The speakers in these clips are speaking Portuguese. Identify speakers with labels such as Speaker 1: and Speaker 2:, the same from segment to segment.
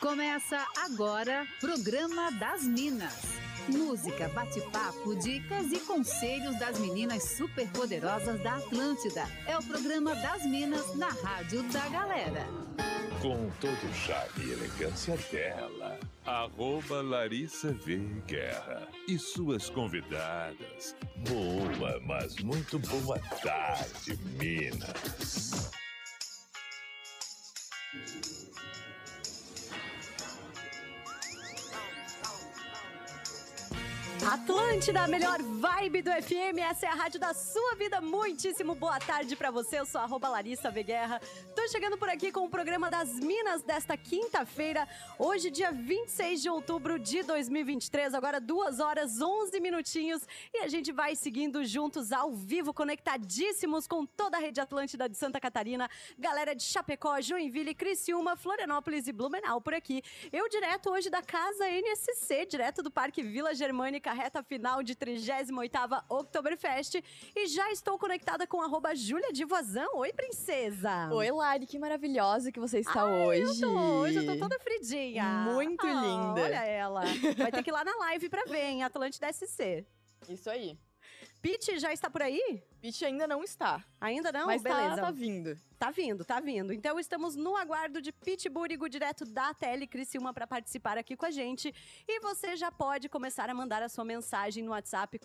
Speaker 1: Começa agora Programa das Minas. Música, bate-papo, dicas e conselhos das meninas superpoderosas da Atlântida. É o programa das Minas na Rádio da Galera.
Speaker 2: Com todo o charme e elegância dela, arroba Larissa V. Guerra e suas convidadas. Boa, mas muito boa tarde, Minas.
Speaker 3: Atlântida, a melhor vibe do FM, essa é a rádio da sua vida. Muitíssimo boa tarde pra você. Eu sou a arroba Larissa Veguerra. Tô chegando por aqui com o programa das Minas desta quinta-feira, hoje, dia 26 de outubro de 2023, agora 2 horas 11 minutinhos. E a gente vai seguindo juntos ao vivo, conectadíssimos com toda a rede Atlântida de Santa Catarina, galera de Chapecó, Joinville, Criciúma, Florianópolis e Blumenau por aqui. Eu direto hoje da Casa NSC, direto do Parque Vila Germânica, reta final de 38ª Oktoberfest. E já estou conectada com arroba Júlia de Vozão. Oi, princesa!
Speaker 4: Oi, Lari, que maravilhosa que você está
Speaker 3: Ai,
Speaker 4: hoje.
Speaker 3: Eu tô hoje, eu tô toda fridinha.
Speaker 4: Muito
Speaker 3: Ah,
Speaker 4: linda.
Speaker 3: Olha ela. Vai ter que ir lá na live pra ver, em Atlântida SC.
Speaker 4: Isso aí.
Speaker 3: Pete já está por aí?
Speaker 4: Pitch ainda não está,
Speaker 3: Ainda não?
Speaker 4: mas tá-
Speaker 3: Beleza.
Speaker 4: tá, vindo.
Speaker 3: Tá vindo, tá vindo. Então estamos no aguardo de Pete Búrigo, direto da Tele Criciúma, para participar aqui com a gente. E você já pode começar a mandar a sua mensagem no WhatsApp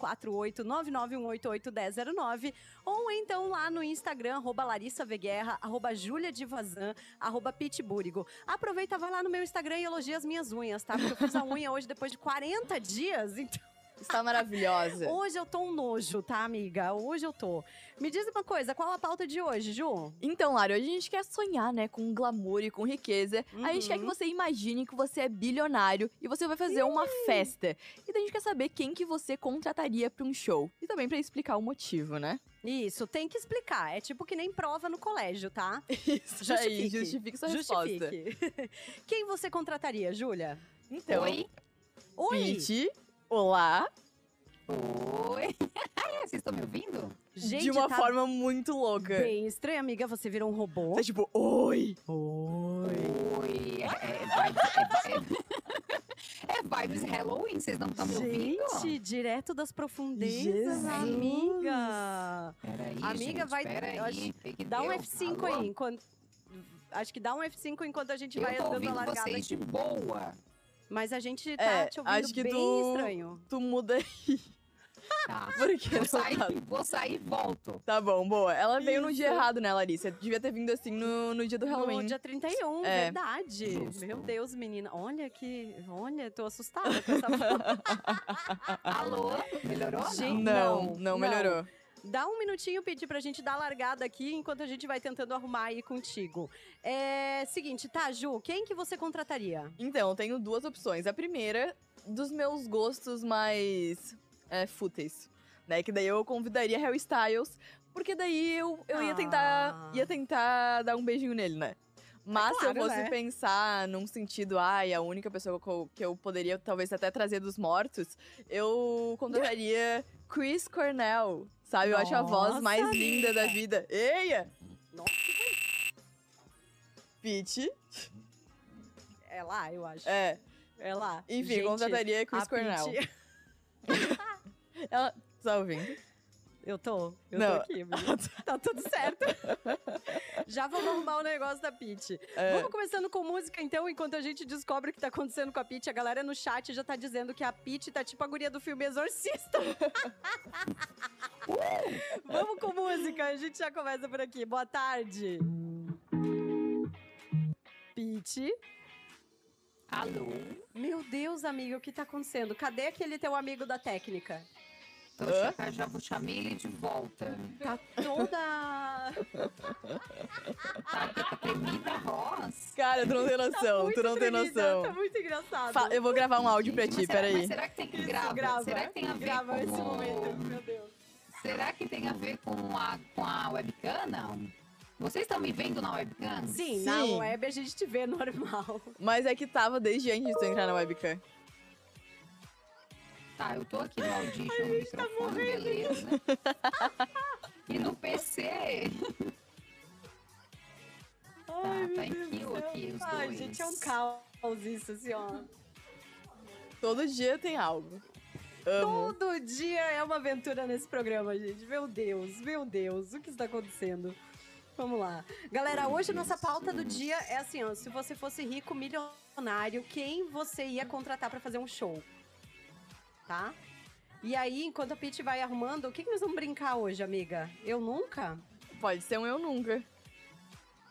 Speaker 3: 48991881009 ou então lá no Instagram, arroba Larissa Veguerra, arroba Júlia de Vazan, arroba Pete Búrigo. Aproveita, vai lá no meu Instagram e elogia as minhas unhas, tá? Porque eu fiz a unha hoje depois de 40 dias, então...
Speaker 4: Está maravilhosa.
Speaker 3: Hoje eu tô um nojo, tá, amiga? Hoje eu tô. Me diz uma coisa, qual a pauta de hoje, Ju?
Speaker 4: Então, Lari, hoje a gente quer sonhar, né, com glamour e com riqueza. A
Speaker 3: Uhum.
Speaker 4: gente quer que você imagine que você é bilionário e você vai fazer uma festa. E daí a gente quer saber quem que você contrataria pra um show. E também pra explicar o motivo, né?
Speaker 3: Isso, tem que explicar. É tipo que nem prova no colégio, tá?
Speaker 4: Isso aí, justifique sua resposta.
Speaker 3: Justifique. Quem você contrataria, Júlia?
Speaker 4: Então,
Speaker 5: Oi.
Speaker 3: Oi!
Speaker 4: Pitty, olá,
Speaker 5: Oi! Ai, vocês estão me ouvindo?
Speaker 3: Gente,
Speaker 4: de uma
Speaker 3: tá
Speaker 4: forma muito louca.
Speaker 3: bem estranha, amiga. Você virou um robô.
Speaker 4: Tá tipo, oi!
Speaker 5: Oi! É, é, vibes, é, é vibes Halloween, vocês não estão me ouvindo?
Speaker 3: Gente, direto das profundezas,
Speaker 4: tá Jesus.
Speaker 3: amiga.
Speaker 5: Peraí,
Speaker 3: Amiga,
Speaker 5: gente,
Speaker 3: vai-
Speaker 5: peraí,
Speaker 3: eu acho-
Speaker 5: tem que
Speaker 3: Dá um
Speaker 5: ver o-
Speaker 3: F5
Speaker 5: Alô?
Speaker 3: aí, enquanto... Acho que dá um F5 enquanto a gente vai
Speaker 5: Eu tô
Speaker 3: dando a
Speaker 5: ouvindo
Speaker 3: largada
Speaker 5: vocês de
Speaker 3: aqui.
Speaker 5: boa.
Speaker 3: Mas a gente tá
Speaker 4: É,
Speaker 3: te ouvindo
Speaker 4: acho que
Speaker 3: bem
Speaker 4: do-
Speaker 3: estranho.
Speaker 4: Tu muda aí,
Speaker 5: Tá.
Speaker 4: porque
Speaker 5: Vou
Speaker 4: não
Speaker 5: sair,
Speaker 4: tá
Speaker 5: vou sair e volto.
Speaker 4: Tá bom, boa. Ela veio no dia
Speaker 3: Isso.
Speaker 4: errado, né, Larissa? Devia ter vindo assim no, no dia do Halloween.
Speaker 3: No dia 31,
Speaker 4: É.
Speaker 3: verdade.
Speaker 5: Justo.
Speaker 3: Meu Deus, menina. Olha que. Olha, tô assustada com essa foto.
Speaker 5: Alô? Melhorou? não?
Speaker 3: Gente,
Speaker 4: Não,
Speaker 3: não,
Speaker 4: não,
Speaker 3: não.
Speaker 4: melhorou.
Speaker 3: Dá um minutinho pedir pra gente dar a largada aqui enquanto a gente vai tentando arrumar aí contigo. É. Seguinte, tá, Ju, quem que você contrataria?
Speaker 4: Então, eu tenho duas opções. A primeira, dos meus gostos mais é, fúteis. Né? Que daí eu convidaria Harry Styles, porque daí eu, eu ia
Speaker 3: Ah.
Speaker 4: tentar. ia tentar dar um beijinho nele, né? Mas se
Speaker 3: claro,
Speaker 4: eu fosse
Speaker 3: né?
Speaker 4: pensar num sentido, ai, a única pessoa que eu, que eu poderia talvez até trazer dos mortos, eu contrataria Chris Cornell. Sabe? Eu acho a voz
Speaker 3: Nossa,
Speaker 4: mais linda da vida. Eia!
Speaker 3: Nossa.
Speaker 4: Pete.
Speaker 3: É lá, eu acho.
Speaker 4: É.
Speaker 3: É lá.
Speaker 4: Enfim,
Speaker 3: Gente,
Speaker 4: contrataria Chris
Speaker 3: a
Speaker 4: Cornell.
Speaker 3: Pitty-
Speaker 4: Ela. Tá ouvindo?
Speaker 3: Eu tô. Eu
Speaker 4: Não.
Speaker 3: tô aqui, menina. Tá tudo certo. Já vamos arrumar o negócio da Pete.
Speaker 4: É,
Speaker 3: Vamos começando com música, então, enquanto a gente descobre o que tá acontecendo com a Pete. A galera no chat já tá dizendo que a Pete tá tipo a guria do filme Exorcista. Vamos com música, a gente já começa por aqui. Boa tarde. Pete.
Speaker 5: Alô?
Speaker 3: Meu Deus, amigo, o que tá acontecendo? Cadê aquele teu amigo da técnica?
Speaker 5: Tô
Speaker 4: Hã?
Speaker 5: chegando, já vou chamar ele de volta.
Speaker 3: Tá toda.
Speaker 5: Tá, tá tremida a voz.
Speaker 4: Cara, tu não tem
Speaker 3: tá
Speaker 4: noção,
Speaker 3: muito
Speaker 4: tu não tem
Speaker 3: tremida,
Speaker 4: noção.
Speaker 3: Tá muito é, engraçado.
Speaker 4: Fa- eu vou gravar um áudio pra
Speaker 5: Gente,
Speaker 4: ti,
Speaker 5: mas será-
Speaker 4: peraí.
Speaker 5: Mas será que tem que
Speaker 3: Isso,
Speaker 5: gravar?
Speaker 3: grava.
Speaker 5: Será que tem a ver
Speaker 3: Grava
Speaker 5: com...
Speaker 3: esse momento, meu Deus.
Speaker 5: Será que tem a ver com a, com a webcam? Não. Vocês estão me vendo na webcam?
Speaker 3: Sim, na
Speaker 4: Sim.
Speaker 3: web a gente te vê normal.
Speaker 4: Mas é que tava desde antes de tu entrar na webcam.
Speaker 5: Tá, eu tô aqui no Audition, no microfone, beleza. e no PC. Tá, tá em kill aqui, os
Speaker 3: Ai,
Speaker 5: dois.
Speaker 3: gente, é um caos isso, assim, ó.
Speaker 4: Todo dia tem algo. Amo.
Speaker 3: Todo dia é uma aventura nesse programa, gente. Meu Deus, meu Deus, o que está acontecendo? Vamos lá. Galera, hoje a nossa pauta do dia é assim, ó, se você fosse rico, milionário, quem você ia contratar para fazer um show? Tá? E aí, enquanto a Pete vai arrumando, o que, que nós vamos brincar hoje, amiga? Eu nunca?
Speaker 4: Pode ser um eu nunca.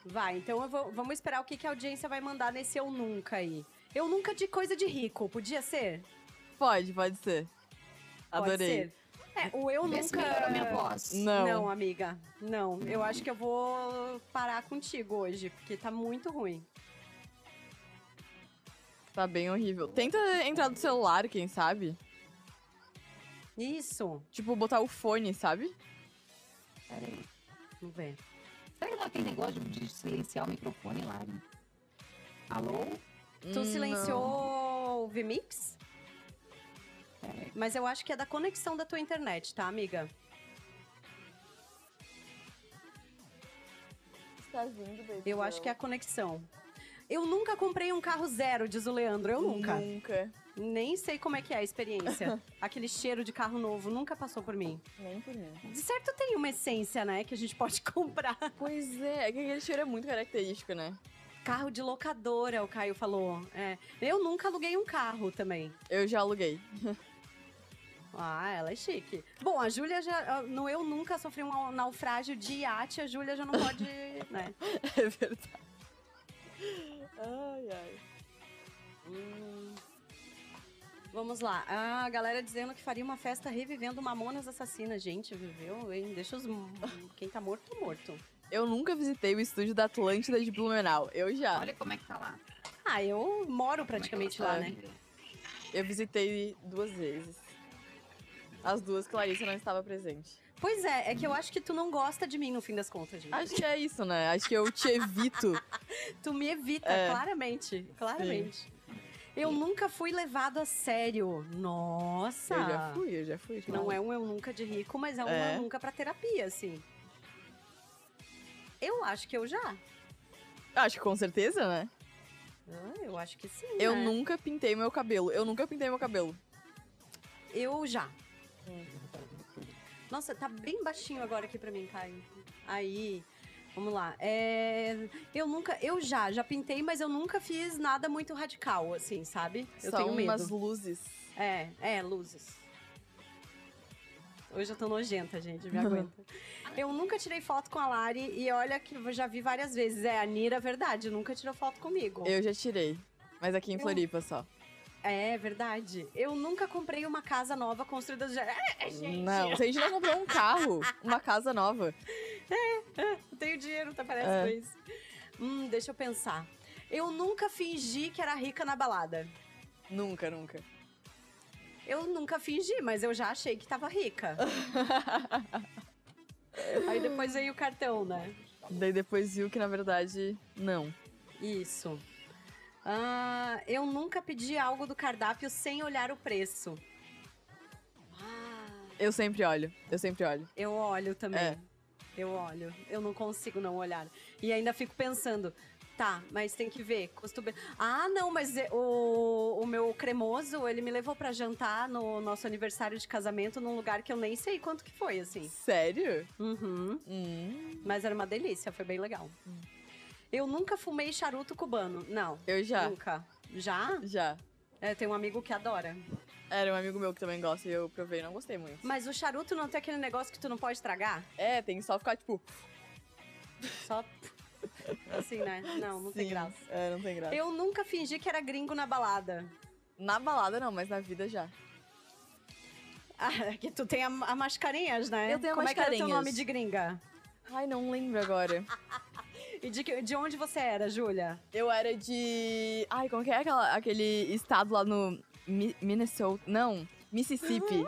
Speaker 3: Vai, então eu vou- vamos esperar o que, que a audiência vai mandar nesse eu nunca aí. Eu nunca de coisa de rico, podia ser?
Speaker 4: Pode, pode ser.
Speaker 3: Pode
Speaker 4: Adorei.
Speaker 3: ser. É, o eu
Speaker 5: Vê se melhorou minha
Speaker 3: nunca.
Speaker 5: voz.
Speaker 4: Não.
Speaker 3: Não, amiga. Não, eu acho que eu vou parar contigo hoje, porque tá muito ruim.
Speaker 4: Tá bem horrível. Tenta entrar do celular, quem sabe?
Speaker 3: Isso.
Speaker 4: Tipo, botar o fone, sabe?
Speaker 5: Peraí.
Speaker 3: Vamos ver.
Speaker 5: Será que lá tem negócio de silenciar o microfone lá? Alô?
Speaker 4: Hum,
Speaker 3: Tu silenciou o Vmix?
Speaker 5: Peraí.
Speaker 3: Mas eu acho que é da conexão da tua internet, tá, amiga?
Speaker 4: Tá
Speaker 3: Eu acho que é a conexão. Eu nunca comprei um carro zero, diz o Leandro. Eu nunca.
Speaker 4: Nunca.
Speaker 3: Nem sei como é que é a experiência. Aquele cheiro de carro novo nunca passou por mim.
Speaker 4: Nem por mim.
Speaker 3: De certo tem uma essência, né, que a gente pode comprar.
Speaker 4: Pois é, é que aquele cheiro é muito característico, né?
Speaker 3: Carro de locadora, o Caio falou. É. Eu nunca aluguei um carro também.
Speaker 4: Eu já aluguei.
Speaker 3: Ah, ela é chique. Bom, a Júlia já. ah, No Eu Nunca Sofri um Naufrágio de Iate, a Júlia já não pode. né?
Speaker 4: É verdade. Ai, ai.
Speaker 3: Hum. Vamos lá. Ah, a galera dizendo que faria uma festa revivendo Mamonas Assassinas. Gente, viveu, hein? Deixa os. Quem tá morto, tá morto.
Speaker 4: Eu nunca visitei o estúdio da Atlântida de Blumenau. Eu já.
Speaker 5: Olha como é que tá lá. Como é
Speaker 3: Ah, eu
Speaker 4: é
Speaker 3: moro
Speaker 5: que
Speaker 3: praticamente lá,
Speaker 5: ela tá.
Speaker 3: né?
Speaker 4: Eu visitei duas vezes. As duas, Clarissa não estava presente.
Speaker 3: Pois é, é que eu acho que tu não gosta de mim no fim das contas, gente.
Speaker 4: Acho que é isso, né? Acho que eu te evito.
Speaker 3: Tu me evita,
Speaker 4: É.
Speaker 3: claramente. Claramente. Eu nunca fui levado a sério. Nossa!
Speaker 4: Eu já fui, eu já fui.
Speaker 3: Tá. Não é um eu nunca de rico, mas é um
Speaker 4: É.
Speaker 3: eu nunca pra terapia, assim. Eu acho que eu já.
Speaker 4: Acho que com certeza, né?
Speaker 3: Ah, Eu acho que sim.
Speaker 4: Eu
Speaker 3: né?
Speaker 4: nunca pintei meu cabelo. Eu nunca pintei meu cabelo.
Speaker 3: Eu já. É. Nossa, tá bem baixinho agora aqui pra mim, Caio. Aí, vamos lá. É, eu nunca, eu já, já pintei, mas eu nunca fiz nada muito radical, assim, sabe? Eu
Speaker 4: Só
Speaker 3: tenho medo.
Speaker 4: umas luzes.
Speaker 3: É, é, luzes. Hoje eu tô nojenta, gente, me aguenta. eu nunca tirei foto com a Lari e olha que eu já vi várias vezes. É, a Nira, verdade, nunca tirou foto comigo.
Speaker 4: Eu já tirei. Mas aqui em
Speaker 3: Eu-
Speaker 4: Floripa só.
Speaker 3: É, verdade. Eu nunca comprei uma casa nova construída. do jeito- É, gente,
Speaker 4: Não, se a gente não comprou um carro, uma casa nova.
Speaker 3: eu tenho dinheiro, tá parecendo
Speaker 4: É.
Speaker 3: isso. Hum, deixa eu pensar. Eu nunca fingi que era rica na balada.
Speaker 4: Nunca, nunca.
Speaker 3: Eu nunca fingi, mas eu já achei que tava rica. Aí depois veio o cartão, né?
Speaker 4: Daí depois viu que, na verdade, não.
Speaker 3: Isso. Ah, eu nunca pedi algo do cardápio sem olhar o preço. Ah,
Speaker 4: Eu sempre olho, eu sempre olho.
Speaker 3: eu olho também.
Speaker 4: É.
Speaker 3: Eu olho. Eu não consigo não olhar. E ainda fico pensando. Tá, mas tem que ver. Custo... be- Ah, não, mas e- o, o meu cremoso, ele me levou pra jantar no nosso aniversário de casamento num lugar que eu nem sei quanto que foi, assim.
Speaker 4: Sério?
Speaker 3: Uhum.
Speaker 4: Hum,
Speaker 3: Mas era uma delícia, foi bem legal. Eu nunca fumei charuto cubano. Não,
Speaker 4: eu já,
Speaker 3: nunca. Já?
Speaker 4: já.
Speaker 3: É, tem um amigo que adora.
Speaker 4: Era um amigo meu que também gosta e eu provei, não gostei muito.
Speaker 3: Mas o charuto não tem aquele negócio que tu não pode tragar?
Speaker 4: É, tem que só ficar, tipo...
Speaker 3: Só. Assim, né? Não, não tem
Speaker 4: sim.
Speaker 3: graça.
Speaker 4: É, não tem graça.
Speaker 3: Eu nunca fingi que era gringo na balada.
Speaker 4: Na balada não, mas na vida já.
Speaker 3: Ah, que tu tem a, a mascarinhas, né?
Speaker 4: Eu tenho a
Speaker 3: Como é que era o teu
Speaker 4: mascarinhas.
Speaker 3: nome de gringa?
Speaker 4: Ai, não lembro agora.
Speaker 3: E de, que- de onde você era, Júlia?
Speaker 4: Eu era de... Ai, como que é aquela- aquele estado lá no... Mi- Minnesota? Não, Mississippi.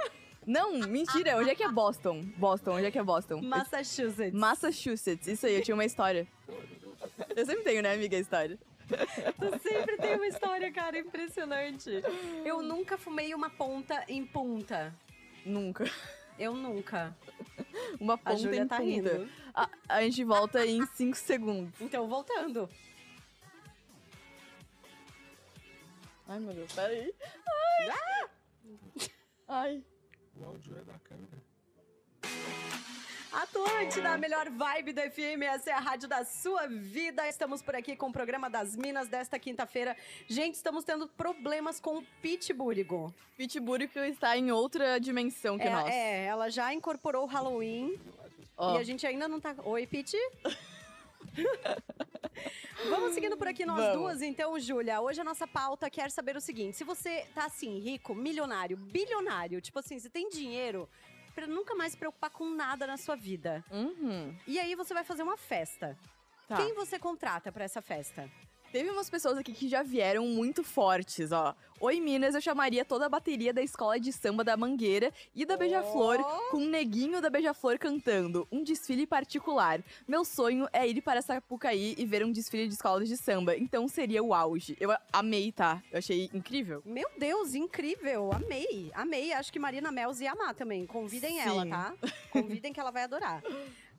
Speaker 4: não, mentira, onde é que é Boston? Boston, onde é que é Boston?
Speaker 3: Massachusetts.
Speaker 4: Massachusetts, isso aí, eu tinha uma história. Eu sempre tenho, né, amiga, a história.
Speaker 3: Tu sempre tem uma história, cara, impressionante. Eu nunca fumei uma ponta em punta.
Speaker 4: Nunca.
Speaker 3: Eu nunca.
Speaker 4: Uma
Speaker 3: A
Speaker 4: ponta
Speaker 3: Júlia
Speaker 4: em
Speaker 3: tá
Speaker 4: punta.
Speaker 3: rindo.
Speaker 4: A, a gente volta em 5 segundos.
Speaker 3: Então, voltando.
Speaker 4: Ai, meu Deus, peraí. Ai. Ai.
Speaker 2: O áudio é da câmera.
Speaker 3: Atlântida, a melhor vibe do FM, essa é a rádio da sua vida. Estamos por aqui com o programa das Minas desta quinta-feira. Gente, estamos tendo problemas com o Pitburigo.
Speaker 4: Pitburico está em outra dimensão que
Speaker 3: É,
Speaker 4: nós.
Speaker 3: é, ela já incorporou o Halloween
Speaker 4: Ó,
Speaker 3: e a gente ainda não tá. Oi, Pit. Vamos seguindo por aqui nós
Speaker 4: Vamos.
Speaker 3: duas, então, Júlia. Hoje a nossa pauta quer saber o seguinte: se você tá assim, rico, milionário, bilionário, tipo assim, você tem dinheiro pra nunca mais se preocupar com nada na sua vida.
Speaker 4: uhum,
Speaker 3: E aí você vai fazer uma festa.
Speaker 4: tá.
Speaker 3: Quem você contrata pra essa festa?
Speaker 4: Teve umas pessoas aqui que já vieram muito fortes, ó. Oi, Minas, eu chamaria toda a bateria da escola de samba da Mangueira e da Beija-Flor, com um neguinho da Beija-Flor cantando. Um desfile particular. Meu sonho é ir para Sapucaí e ver um desfile de escolas de samba. Então seria o auge. Eu a- amei, tá? Eu achei incrível.
Speaker 3: Meu Deus, incrível! Amei, amei. Acho que Marina Melz ia amar também. Convidem
Speaker 4: Sim.
Speaker 3: ela, tá? Convidem que ela vai adorar.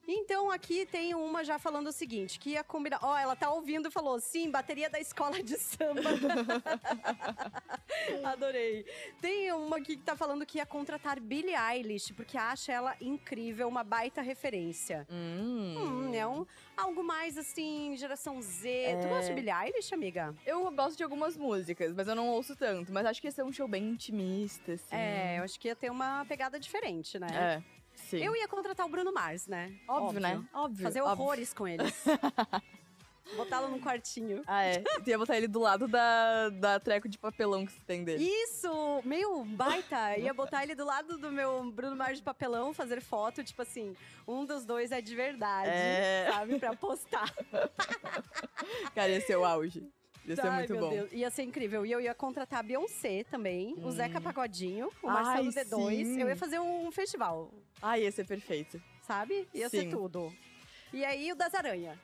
Speaker 3: Então aqui tem uma já falando o seguinte, que ia combinar... Ó, ela tá ouvindo e falou, sim, bateria da escola de samba. Adorei. Tem uma aqui que tá falando que ia contratar Billie Eilish, porque acha ela incrível, uma baita referência.
Speaker 4: Hum.
Speaker 3: Hum, é um, algo mais assim, geração Z. Tu
Speaker 4: É.
Speaker 3: gosta de Billie Eilish, amiga?
Speaker 4: Eu gosto de algumas músicas, mas eu não ouço tanto. Mas acho que esse é um show bem intimista, assim.
Speaker 3: É, eu acho que ia ter uma pegada diferente, né?
Speaker 4: É, sim.
Speaker 3: Eu ia contratar o Bruno Mars, né?
Speaker 4: Óbvio, né? Óbvio.
Speaker 3: Fazer
Speaker 4: óbvio.
Speaker 3: horrores com eles. Botá-lo num quartinho.
Speaker 4: Ah, é. Tu ia botar ele do lado da, da treco de papelão que você tem dele.
Speaker 3: Isso! Meio baita! Ia botar ele do lado do meu Bruno Mars de papelão, fazer foto, tipo assim, um dos dois é de verdade,
Speaker 4: É.
Speaker 3: sabe? Pra postar.
Speaker 4: Cara, ia ser o auge. Ia ser
Speaker 3: Ai,
Speaker 4: é muito
Speaker 3: meu
Speaker 4: bom.
Speaker 3: Deus. Ia ser incrível. E eu ia contratar a Beyoncé também, o
Speaker 4: Hum.
Speaker 3: Zeca Pagodinho, o
Speaker 4: Ai,
Speaker 3: Marcelo D2.
Speaker 4: sim.
Speaker 3: Eu ia fazer um festival,
Speaker 4: Ai, ia ser perfeito.
Speaker 3: sabe? Ia ser
Speaker 4: Sim.
Speaker 3: tudo. E aí o das aranha.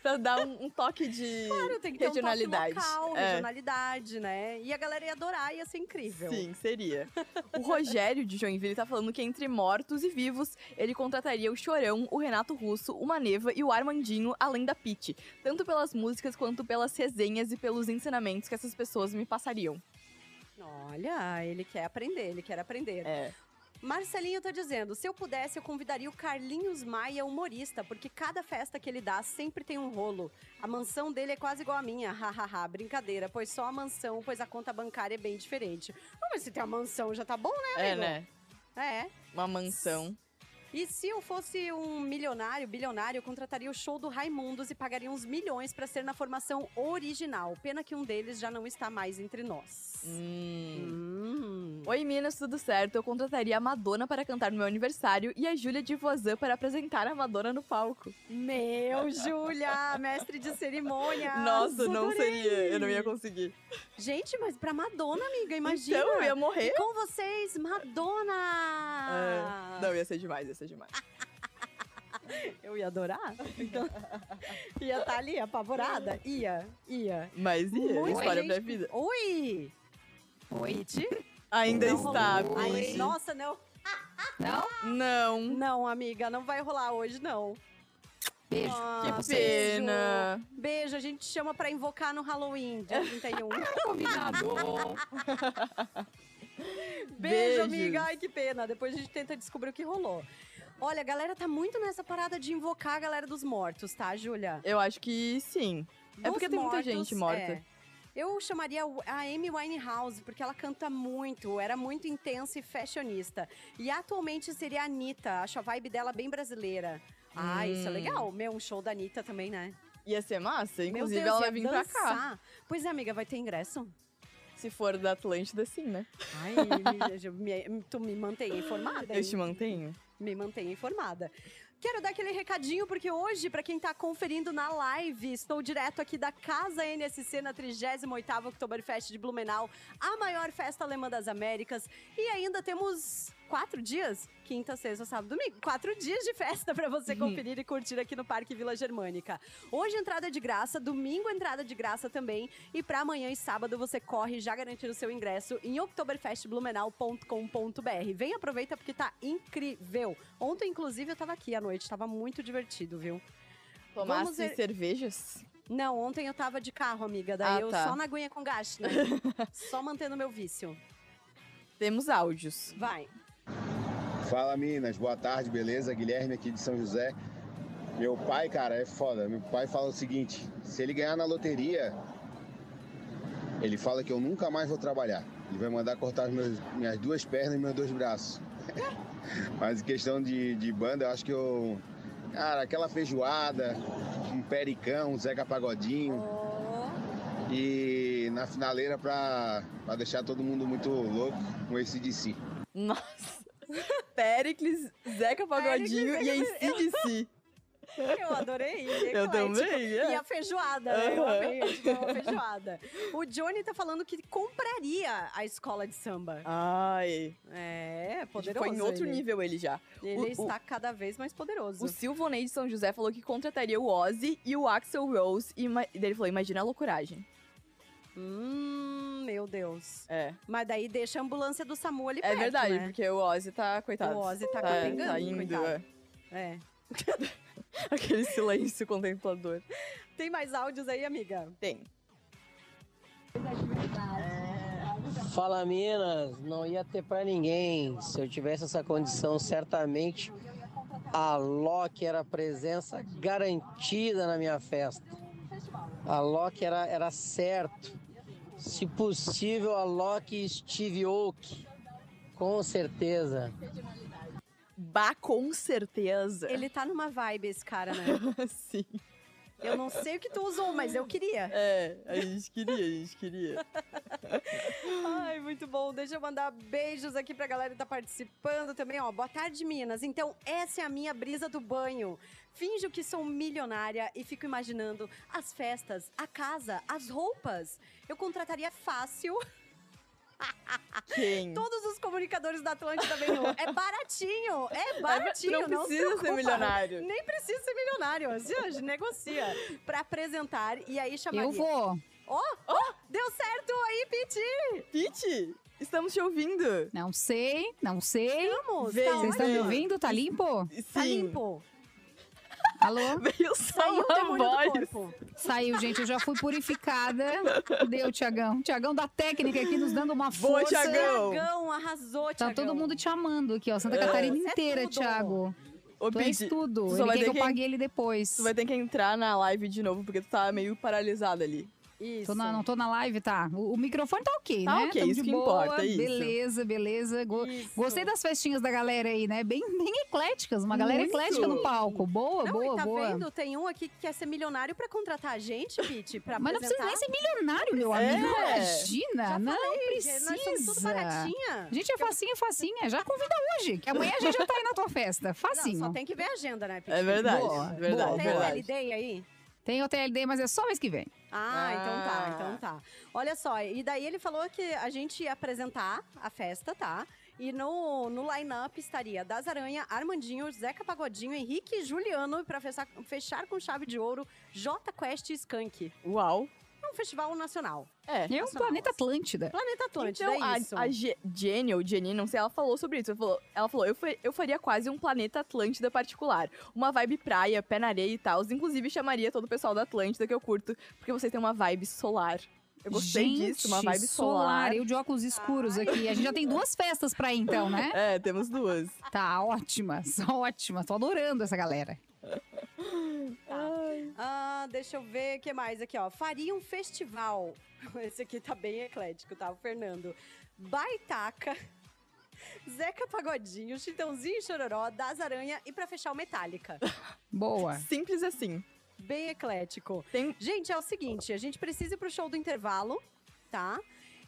Speaker 4: Pra dar um, um toque de
Speaker 3: Claro, tem que ter um toque
Speaker 4: regionalidade.
Speaker 3: local,
Speaker 4: É.
Speaker 3: regionalidade, né? E a galera ia adorar, ia ser incrível.
Speaker 4: Sim, seria. O Rogério de Joinville tá falando que entre mortos e vivos, ele contrataria o Chorão, o Renato Russo, o Maneva e o Armandinho, além da Pete. Tanto pelas músicas quanto pelas resenhas e pelos ensinamentos que essas pessoas me passariam.
Speaker 3: Olha, ele quer aprender, ele quer aprender.
Speaker 4: É.
Speaker 3: Marcelinho tá dizendo, se eu pudesse, eu convidaria o Carlinhos Maia, humorista, porque cada festa que ele dá sempre tem um rolo. A mansão dele é quase igual a minha, hahaha, brincadeira, pois só a mansão, pois a conta bancária é bem diferente. Ah, mas se tem a mansão já tá bom, né,
Speaker 4: É,
Speaker 3: amigo?
Speaker 4: né?
Speaker 3: É.
Speaker 4: Uma mansão.
Speaker 3: E se eu fosse um milionário, bilionário, eu contrataria o show do Raimundos e pagaria uns milhões pra ser na formação original. Pena que um deles já não está mais entre nós.
Speaker 4: Hum.
Speaker 3: Hum.
Speaker 4: Oi, Minas, tudo certo? Eu contrataria a Madonna para cantar no meu aniversário e a Júlia de Voisin para apresentar a Madonna no palco.
Speaker 3: Meu, Júlia, mestre de cerimônia.
Speaker 4: Nossa, não seria. Eu não ia conseguir.
Speaker 3: Gente, mas pra Madonna, amiga, imagina.
Speaker 4: Então, eu ia morrer.
Speaker 3: Com vocês, Madonna!
Speaker 4: É, Não, ia ser demais, ia ser demais.
Speaker 3: Eu ia adorar. Então, ia estar ali, apavorada. Ia, ia.
Speaker 4: Mas e a
Speaker 3: Muita
Speaker 4: história
Speaker 3: gente-
Speaker 4: pra vida?
Speaker 3: Oi!
Speaker 5: Oi,
Speaker 4: Ainda
Speaker 3: Não
Speaker 4: está,
Speaker 5: rolou.
Speaker 4: bicho.
Speaker 3: Ai, nossa, não.
Speaker 5: Não?
Speaker 4: Não.
Speaker 3: Não, amiga, não vai rolar hoje, não.
Speaker 5: Beijo.
Speaker 3: Ah,
Speaker 4: que pena.
Speaker 3: Beijo. Beijo, a gente chama pra invocar no Halloween, dia 31.
Speaker 5: Combinado.
Speaker 3: Beijo,
Speaker 4: Beijos.
Speaker 3: amiga. Ai, que pena. Depois a gente tenta descobrir o que rolou. Olha, a galera tá muito nessa parada de invocar a galera dos mortos, tá, Júlia?
Speaker 4: Eu acho que sim. É
Speaker 3: Dos
Speaker 4: porque tem muita gente morta.
Speaker 3: é. Eu chamaria a Amy Winehouse, porque ela canta muito, era muito intensa e fashionista. E atualmente seria a Anitta, acho a vibe dela bem brasileira. Ah, isso é
Speaker 4: Hum.
Speaker 3: legal. Meu, um show da Anitta também, né?
Speaker 4: Ia ser massa.
Speaker 3: Meu
Speaker 4: Inclusive,
Speaker 3: Deus,
Speaker 4: ela
Speaker 3: ia
Speaker 4: vai vir pra cá.
Speaker 3: dançar. Pois é, amiga, vai ter ingresso?
Speaker 4: Se for da Atlântida, sim, né?
Speaker 3: Ai, me- me- tu me mantém informada.
Speaker 4: Eu
Speaker 3: hein?
Speaker 4: te mantenho.
Speaker 3: Me mantenha informada. Quero dar aquele recadinho, porque hoje, para quem tá conferindo na live, estou direto aqui da Casa NSC na 38ª Oktoberfest de Blumenau, a maior festa alemã das Américas. E ainda temos quatro dias, quinta, sexta, sábado, domingo, quatro dias de festa para você conferir e curtir aqui no Parque Vila Germânica. Hoje, entrada de graça, domingo, entrada de graça também. E para amanhã e sábado, você corre já garantir o seu ingresso em oktoberfestblumenau.com.br. Vem, aproveita, porque tá incrível. Ontem, inclusive, eu tava aqui à noite, tava muito divertido, viu?
Speaker 4: Tomasse
Speaker 3: ver-
Speaker 4: cervejas?
Speaker 3: Não, ontem eu tava de carro, amiga. Daí
Speaker 4: Ah,
Speaker 3: eu
Speaker 4: tá.
Speaker 3: só na aguinha com gás, né? só mantendo meu vício.
Speaker 4: Temos áudios.
Speaker 3: Vai.
Speaker 6: Fala Minas, boa tarde, beleza? Guilherme aqui de São José. Meu pai, cara, é foda. Meu pai fala o seguinte: se ele ganhar na loteria, ele fala que eu nunca mais vou trabalhar. Ele vai mandar cortar os meus- minhas duas pernas e meus dois braços. Mas em questão de, de banda, eu acho que eu. Cara, aquela feijoada, um pericão, um Zeca Pagodinho.
Speaker 3: Oh,
Speaker 6: E na finaleira pra, pra deixar todo mundo muito louco, um ACDC.
Speaker 4: Nossa. Pericles, Zeca Pagodinho e
Speaker 3: Pericles,
Speaker 4: ACDC.
Speaker 3: Eu adorei.
Speaker 4: Eu
Speaker 3: eclético.
Speaker 4: também. é.
Speaker 3: E a feijoada, né? Eu
Speaker 4: Aham.
Speaker 3: amei, a gente ganhou a feijoada. O Johnny tá falando que compraria a escola de samba.
Speaker 4: Ai.
Speaker 3: É, poderoso.
Speaker 4: Foi em outro
Speaker 3: ele.
Speaker 4: nível ele já.
Speaker 3: Ele
Speaker 4: O- o-
Speaker 3: está cada vez mais poderoso.
Speaker 4: O Silvonei de São José falou que contrataria o Ozzy e o Axel Rose. E ima- daí ele falou: imagina a loucuragem.
Speaker 3: Hum, meu Deus.
Speaker 4: É.
Speaker 3: Mas daí deixa a ambulância do SAMU ali
Speaker 4: É
Speaker 3: perto,
Speaker 4: verdade,
Speaker 3: né?
Speaker 4: porque o Ozzy tá, coitado.
Speaker 3: O Ozzy tá capengando,
Speaker 4: tá indo,
Speaker 3: coitado.
Speaker 4: é.
Speaker 3: É.
Speaker 4: Aquele silêncio contemplador.
Speaker 3: Tem mais áudios aí, amiga?
Speaker 4: Tem.
Speaker 7: Fala Minas, não ia ter pra ninguém. Se eu tivesse essa condição, certamente a Loki era presença garantida na minha festa. A Loki era, era certo. Se possível, a Loki e Steve Oak. Com certeza.
Speaker 4: Bah, com certeza.
Speaker 3: Ele tá numa vibe, esse cara, né?
Speaker 4: Sim.
Speaker 3: Eu não sei o que tu usou, mas eu queria.
Speaker 4: É, a gente queria, a gente queria.
Speaker 3: Ai, muito bom. Deixa eu mandar beijos aqui pra galera que tá participando também, ó. Boa tarde, Minas. Então, essa é a minha brisa do banho. Finjo que sou milionária e fico imaginando as festas, a casa, as roupas. Eu contrataria fácil
Speaker 4: Quem?
Speaker 3: todos os comunicadores da Atlântida Venho. É baratinho, é baratinho.
Speaker 4: não
Speaker 3: se
Speaker 4: precisa ser
Speaker 3: preocupa.
Speaker 4: milionário.
Speaker 3: Nem precisa ser milionário. Hoje negocia pra apresentar e aí chamaria.
Speaker 5: Eu vou.
Speaker 3: Deu certo aí, Piti!
Speaker 4: Pete, estamos te ouvindo.
Speaker 5: Não sei, não sei.
Speaker 3: Vamos,
Speaker 4: Veio,
Speaker 3: tá
Speaker 5: Vocês estão me
Speaker 3: ótimo.
Speaker 5: ouvindo? Tá limpo?
Speaker 4: Sim.
Speaker 3: Tá limpo.
Speaker 5: Alô?
Speaker 4: Veio
Speaker 3: Saiu o
Speaker 4: só
Speaker 3: demônio
Speaker 4: uma
Speaker 3: do
Speaker 4: voz.
Speaker 3: corpo.
Speaker 5: Saiu, gente. Eu já fui purificada. Deu, Tiagão. Tiagão da técnica aqui nos dando
Speaker 3: Tá
Speaker 5: uma
Speaker 4: Boa,
Speaker 5: força.
Speaker 4: Thiagão.
Speaker 5: é
Speaker 4: Não.
Speaker 3: Tiagão, arrasou,
Speaker 5: Tá
Speaker 3: Tiagão.
Speaker 5: todo mundo te amando aqui, ó. Santa Catarina
Speaker 3: Isso é
Speaker 5: inteira,
Speaker 3: tudo.
Speaker 5: Thiago.
Speaker 4: Ô,
Speaker 5: Tu és
Speaker 4: Pete,
Speaker 5: tudo.
Speaker 4: tu só
Speaker 5: Ele
Speaker 4: vai
Speaker 5: quer
Speaker 4: ter
Speaker 5: que eu
Speaker 4: que-
Speaker 5: pague ele depois.
Speaker 4: tu vai ter que entrar na live de novo, porque tu tá meio paralisada ali.
Speaker 3: Isso.
Speaker 5: Tô na- não tô na live, tá? O, o microfone tá ok,
Speaker 4: Tá
Speaker 5: né?
Speaker 4: ok,
Speaker 5: Tamo
Speaker 4: isso
Speaker 5: de
Speaker 4: que
Speaker 5: boa,
Speaker 4: importa, é isso.
Speaker 5: Beleza, beleza. Go-
Speaker 3: Isso.
Speaker 5: Gostei das festinhas da galera aí, né? Bem, bem ecléticas, uma galera
Speaker 4: Muito.
Speaker 5: eclética no palco. Boa,
Speaker 3: Não,
Speaker 5: boa,
Speaker 3: e tá
Speaker 5: boa.
Speaker 3: vendo? Tem um aqui que quer ser milionário pra contratar a gente, Pete, pra
Speaker 5: Mas não
Speaker 3: apresentar.
Speaker 5: precisa nem ser milionário, meu
Speaker 4: É.
Speaker 5: amigo. Imagina,
Speaker 3: Tá Já
Speaker 5: não
Speaker 3: Porque
Speaker 5: precisa.
Speaker 3: Nós somos tudo baratinha.
Speaker 5: Gente, é facinha, facinha. Já convida hoje, que amanhã a gente já tá aí na tua festa. Facinho.
Speaker 3: Não, só tem que ver a agenda, né, Pete?
Speaker 4: É verdade,
Speaker 5: Boa,
Speaker 4: verdade, é
Speaker 5: boa.
Speaker 3: Tem o
Speaker 4: verdade.
Speaker 3: LD aí?
Speaker 5: Tem o TLD, mas é só mês que vem.
Speaker 3: Ah,
Speaker 4: Ah.
Speaker 3: então tá, então tá. Olha só, e daí ele falou que a gente ia apresentar a festa, tá? E no, no line-up estaria Das Aranha, Armandinho, Zeca Pagodinho, Henrique e Juliano, e pra fechar, fechar com chave de ouro, J Quest e Skank.
Speaker 4: Uau.
Speaker 3: É um festival nacional.
Speaker 4: É.
Speaker 5: É um
Speaker 3: Nacional,
Speaker 5: planeta
Speaker 3: assim.
Speaker 5: Atlântida.
Speaker 3: Planeta Atlântida,
Speaker 4: Então,
Speaker 3: é
Speaker 4: a,
Speaker 3: isso.
Speaker 4: a Ge- Jenny, ou Jenny, não sei, ela falou sobre isso. Ela falou, ela falou, eu, fa- eu faria quase um planeta Atlântida particular. Uma vibe praia, pé na areia e tal. Inclusive, chamaria todo o pessoal da Atlântida que eu curto, porque vocês têm uma vibe solar. Eu gostei
Speaker 5: gente,
Speaker 4: disso, uma vibe solar.
Speaker 5: Eu de óculos escuros aqui. A gente já tem duas festas pra ir, então, né?
Speaker 4: É, temos duas.
Speaker 5: Tá ótima, só ótima. Tô adorando essa galera.
Speaker 3: Ah, deixa eu ver o que mais aqui, ó. Faria um festival. Esse aqui tá bem eclético, tá? O Fernando. Baitaca, Zeca Pagodinho, Chitãozinho e Chororó, Das Aranha e pra fechar o Metallica.
Speaker 5: Boa.
Speaker 4: Simples assim.
Speaker 3: Bem eclético.
Speaker 4: Tem-
Speaker 3: Gente, é o seguinte, a gente precisa ir pro show do intervalo, tá?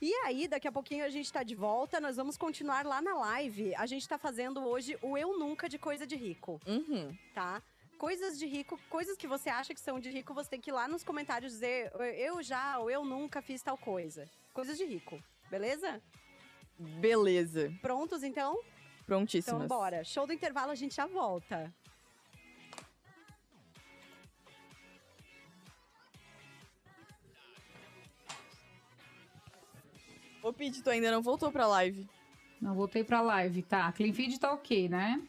Speaker 3: E aí, daqui a pouquinho a gente tá de volta, nós vamos continuar lá na live. A gente tá fazendo hoje o Eu Nunca de Coisa de Rico.
Speaker 4: Uhum.
Speaker 3: tá? Coisas de rico, coisas que você acha que são de rico, você tem que ir lá nos comentários dizer eu já ou eu nunca fiz tal coisa. Coisas de rico, beleza?
Speaker 4: Beleza.
Speaker 3: Prontos então?
Speaker 4: Prontíssimas.
Speaker 3: Então bora. Show do intervalo, a gente já volta.
Speaker 4: Ô, Pete, tu ainda não voltou pra live?
Speaker 5: Não, voltei pra live, tá? Clean Feed tá ok, né?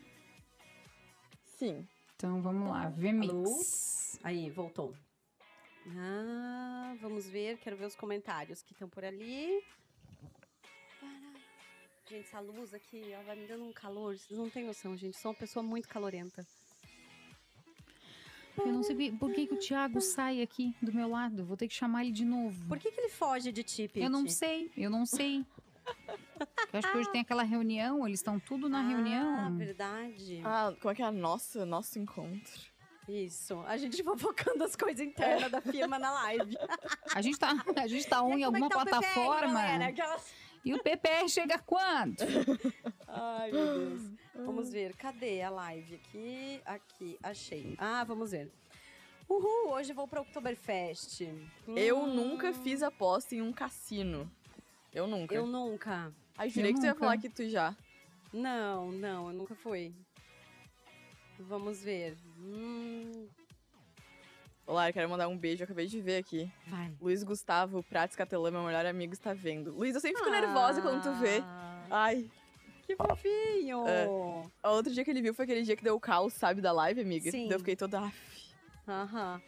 Speaker 4: Sim.
Speaker 5: Então vamos lá,
Speaker 3: Alô?
Speaker 5: VMix.
Speaker 3: Aí, voltou. Ah, vamos ver, quero ver os comentários que estão por ali. Pará. Gente, essa luz aqui, ela vai me dando um calor, vocês não têm noção, gente. Sou uma pessoa muito calorenta.
Speaker 8: Eu não sei por que- por que, que o Thiago sai aqui do meu lado. Vou ter que chamar ele de novo.
Speaker 3: Por que, que ele foge de ti, Pete?
Speaker 8: Eu não sei, eu não sei. Eu acho que hoje tem aquela reunião, eles estão tudo na
Speaker 3: Ah,
Speaker 8: reunião.
Speaker 3: verdade.
Speaker 4: Ah, como é que é? Nossa, nosso encontro.
Speaker 3: Isso. A gente fofocando as coisas internas da firma na live.
Speaker 8: A gente tá, a gente tá
Speaker 3: E
Speaker 8: um
Speaker 3: aí,
Speaker 8: em
Speaker 3: como é
Speaker 8: alguma
Speaker 3: que tá o PPR,
Speaker 8: plataforma.
Speaker 3: galera? Aquelas-
Speaker 8: e o PPR chega quando?
Speaker 3: Ai, meu Deus. Vamos ver, cadê a live? Aqui, aqui, achei. Ah, vamos ver. Uhul, hoje vou pra Oktoberfest.
Speaker 4: Eu
Speaker 3: Hum,
Speaker 4: nunca fiz aposta em um cassino. Eu nunca.
Speaker 3: Eu nunca.
Speaker 4: Ai, jurei
Speaker 8: Eu
Speaker 4: que tu ia
Speaker 8: nunca.
Speaker 4: falar que tu já.
Speaker 3: Não, não, eu nunca fui. Vamos ver. Hum,
Speaker 4: Olá, eu quero mandar um beijo, eu acabei de ver aqui.
Speaker 3: vai.
Speaker 4: Luiz Gustavo, Prates Catelã, meu melhor amigo, está vendo. Luiz, eu sempre fico nervosa quando tu vê.
Speaker 3: Ah,
Speaker 4: Ai.
Speaker 3: Que fofinho!
Speaker 4: É. O outro dia que ele viu foi aquele dia que deu o caos, sabe, da live, amiga?
Speaker 3: Sim.
Speaker 4: Daí eu fiquei toda. "Ah,
Speaker 3: Aham.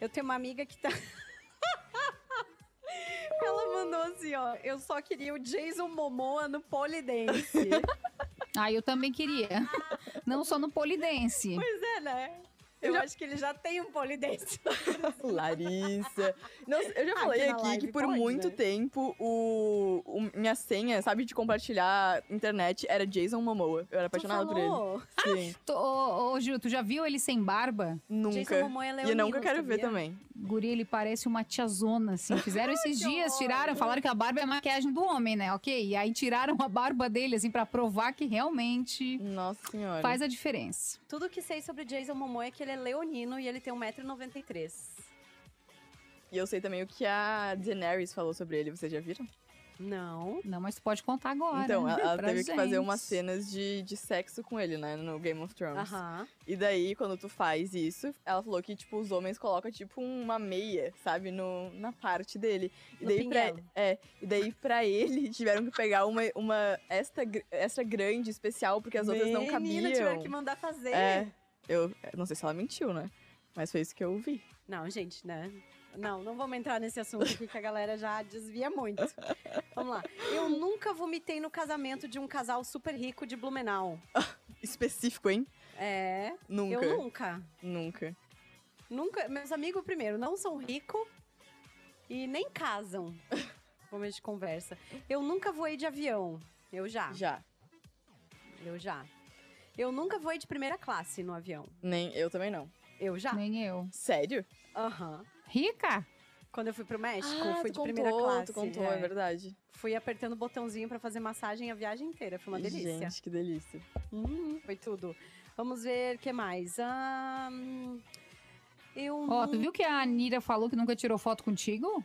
Speaker 3: Eu tenho uma amiga que tá. Ela mandou assim, ó. Eu só queria o Jason Momoa no Polidense.
Speaker 8: Ah, eu também queria. Não só no polidense.
Speaker 3: pois é, né? Eu acho que ele já tem um Polidense.
Speaker 4: Larissa. Não, eu já
Speaker 3: Ah,
Speaker 4: falei
Speaker 3: aqui na
Speaker 4: aqui
Speaker 3: live
Speaker 4: que por
Speaker 3: pode,
Speaker 4: muito
Speaker 3: né?
Speaker 4: tempo o, o- minha senha, sabe, de compartilhar internet era Jason Momoa. Eu era apaixonada por ele. Sim.
Speaker 8: Tô- Ô, ô, Ju, tu já viu ele sem barba?
Speaker 3: Ah, Jason
Speaker 4: nunca.
Speaker 3: Momoa é
Speaker 4: E eu
Speaker 3: leonino,
Speaker 4: nunca quero ver
Speaker 3: sabia?
Speaker 4: também.
Speaker 8: Guri, ele parece uma tiazona, assim. Fizeram esses
Speaker 3: Que
Speaker 8: dias,
Speaker 3: horror.
Speaker 8: tiraram, falaram que a barba é a maquiagem do homem, né? Ok? E aí tiraram a barba dele, assim, pra provar que realmente
Speaker 4: Nossa senhora.
Speaker 8: faz a diferença.
Speaker 3: Tudo que sei sobre o Jason Momoa é que ele é leonino e ele tem 1,93m.
Speaker 4: E eu sei também o que a Daenerys falou sobre ele, vocês já viram?
Speaker 3: Não.
Speaker 8: Não, mas tu pode contar agora. né?
Speaker 4: então, ela, ela
Speaker 8: pra
Speaker 4: teve que fazer
Speaker 8: gente.
Speaker 4: umas cenas de, de sexo com ele, né, no Game of Thrones.
Speaker 3: Aham.
Speaker 4: E daí, quando tu faz isso, ela falou que, tipo, os homens colocam, tipo, uma meia, sabe, no, na parte dele. E
Speaker 3: No
Speaker 4: daí, pra,
Speaker 3: pinguelo.
Speaker 4: é, e daí, pra ele, tiveram que pegar uma, uma extra, gr- extra grande, especial, porque as outras não
Speaker 3: Menina, tiveram que
Speaker 4: cabiam.
Speaker 3: mandar fazer.
Speaker 4: É, eu eu não sei se ela mentiu, né? Mas foi isso que eu vi.
Speaker 3: Não, gente, né? Não, não vamos entrar nesse assunto aqui que a galera já desvia muito. Vamos lá. Eu nunca vomitei no casamento de um casal super rico de Blumenau.
Speaker 4: Específico, hein?
Speaker 3: É,
Speaker 4: Nunca.
Speaker 3: eu nunca.
Speaker 4: Nunca.
Speaker 3: Nunca. Meus amigos, primeiro, não são ricos e nem casam. Como a gente conversa. Eu nunca voei de avião. Eu já.
Speaker 4: Já.
Speaker 3: Eu já. Eu nunca voei de primeira classe no avião.
Speaker 4: Nem, eu também não.
Speaker 3: Eu já.
Speaker 8: Nem eu.
Speaker 4: Sério?
Speaker 3: Aham.
Speaker 8: Rica?
Speaker 3: Quando eu fui pro México,
Speaker 4: Ah,
Speaker 3: fui de
Speaker 4: tu
Speaker 3: primeira
Speaker 4: contou,
Speaker 3: classe.
Speaker 4: Tu contou,
Speaker 3: é.
Speaker 4: é verdade.
Speaker 3: Fui apertando o botãozinho pra fazer massagem a viagem inteira. Foi uma delícia.
Speaker 4: Gente, que delícia.
Speaker 3: Uhum, foi tudo. Vamos ver o que mais. Ahn, eu.
Speaker 8: Ó,
Speaker 3: não-
Speaker 8: tu viu que a Anira falou que nunca tirou foto contigo?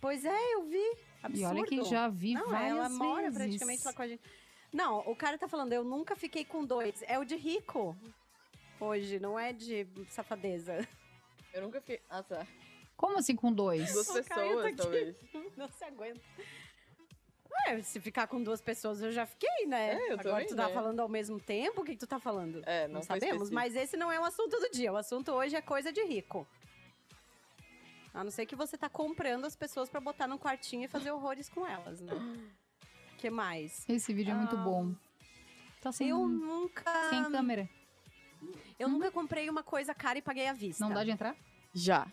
Speaker 3: Pois é, eu vi. Absurdo.
Speaker 8: E olha que já vi
Speaker 3: Não,
Speaker 8: várias
Speaker 3: ela
Speaker 8: vezes.
Speaker 3: mora praticamente lá com a gente. Não, o cara tá falando, eu nunca fiquei com dois. É o de rico. Hoje, não é de safadeza.
Speaker 4: Eu nunca fiquei. Ah, tá.
Speaker 8: Como assim com dois?
Speaker 4: Duas
Speaker 3: O Caio tá
Speaker 4: pessoas,
Speaker 3: aqui.
Speaker 4: talvez.
Speaker 3: Não se aguenta. Ué, se ficar com duas pessoas, eu já fiquei, né?
Speaker 4: É, eu
Speaker 3: Agora
Speaker 4: também,
Speaker 3: tu tá
Speaker 4: né?
Speaker 3: falando ao mesmo tempo? O que, que tu tá falando?
Speaker 4: É,
Speaker 3: Não,
Speaker 4: não, foi
Speaker 3: sabemos,
Speaker 4: específico.
Speaker 3: mas esse não é o assunto do dia. O assunto hoje é coisa de rico. A não ser que você tá comprando as pessoas pra botar num quartinho e fazer horrores com elas, né? que mais?
Speaker 8: Esse vídeo é muito
Speaker 3: Ah.
Speaker 8: bom. Tá sem,
Speaker 3: eu nunca.
Speaker 8: sem câmera.
Speaker 3: Eu nunca comprei uma coisa cara e paguei à vista.
Speaker 8: Não dá de entrar?
Speaker 4: Já.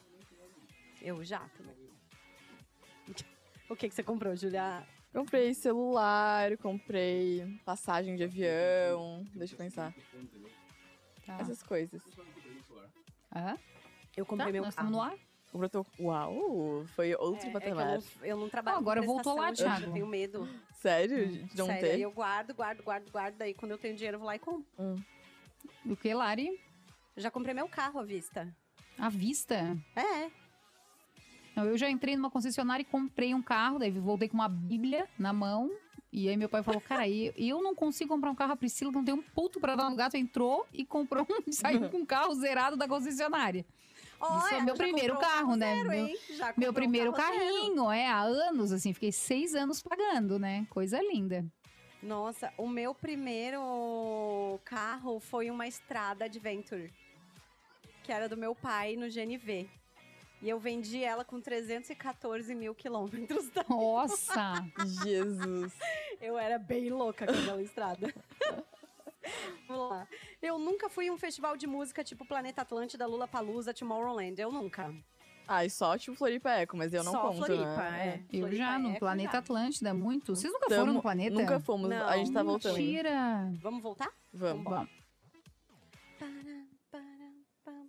Speaker 3: Eu já também. O que, que você comprou, Julia?
Speaker 4: Comprei celular, comprei passagem de avião. Deixa eu pensar.
Speaker 8: Tá.
Speaker 4: Essas coisas.
Speaker 8: Hã?
Speaker 3: Eu
Speaker 8: Tá,
Speaker 3: comprei meu
Speaker 8: nós
Speaker 3: carro.
Speaker 8: estamos no ar?
Speaker 4: Comprei teu. Uau! Foi outro
Speaker 3: É, é que eu,
Speaker 4: patamar.
Speaker 3: não, eu não trabalho.
Speaker 8: Ah,
Speaker 3: com
Speaker 8: agora voltou lá,
Speaker 3: prestação, gente,
Speaker 8: Thiago.
Speaker 3: Eu
Speaker 8: um
Speaker 3: tenho medo.
Speaker 4: Sério? De um não
Speaker 3: Sério,
Speaker 4: ter?
Speaker 3: aí eu guardo, guardo, guardo, guardo. Daí quando eu tenho dinheiro, eu vou lá e compro.
Speaker 8: Do que, Lari?
Speaker 3: Já comprei meu carro à vista.
Speaker 8: À vista?
Speaker 3: É.
Speaker 8: Não, eu já entrei numa concessionária e comprei um carro, daí voltei com uma bíblia na mão. E aí meu pai falou, cara, e- eu não consigo comprar um carro, a Priscila não tem um puto pra dar no gato. Entrou e comprou um, saiu com um carro zerado da concessionária. Isso é
Speaker 3: ela
Speaker 8: meu
Speaker 3: já
Speaker 8: primeiro
Speaker 3: comprou um
Speaker 8: carro, né?
Speaker 3: zero,
Speaker 8: Meu-
Speaker 3: hein? Já comprou
Speaker 8: Meu
Speaker 3: um
Speaker 8: primeiro
Speaker 3: carro zero.
Speaker 8: carrinho, é, há anos, assim, fiquei seis anos pagando, né? Coisa linda.
Speaker 3: Nossa, o meu primeiro carro foi uma estrada Adventure. Que era do meu pai no GNV. E eu vendi ela com 314 mil quilômetros. da-
Speaker 8: Nossa!
Speaker 4: Jesus.
Speaker 3: Eu era bem louca com aquela estrada. Vamos lá. Eu nunca fui em um festival de música tipo Planeta Atlântida, Lula Palusa, Tomorrowland. Eu nunca.
Speaker 4: Ai, só tipo Floripa Eco, mas eu não
Speaker 3: Só
Speaker 4: conto,
Speaker 3: Floripa,
Speaker 4: né?
Speaker 3: é.
Speaker 8: Eu
Speaker 3: Floripa
Speaker 8: já,
Speaker 3: é,
Speaker 8: no
Speaker 3: que
Speaker 8: Planeta
Speaker 3: já.
Speaker 8: Atlântico, é muito. Vocês nunca
Speaker 4: Tamo-
Speaker 8: foram no Planeta?
Speaker 4: Nunca fomos,
Speaker 3: Não.
Speaker 4: a gente tá voltando.
Speaker 8: Mentira!
Speaker 3: Vamos voltar?
Speaker 4: Vamos.
Speaker 8: Bom,
Speaker 3: Param, param, pam.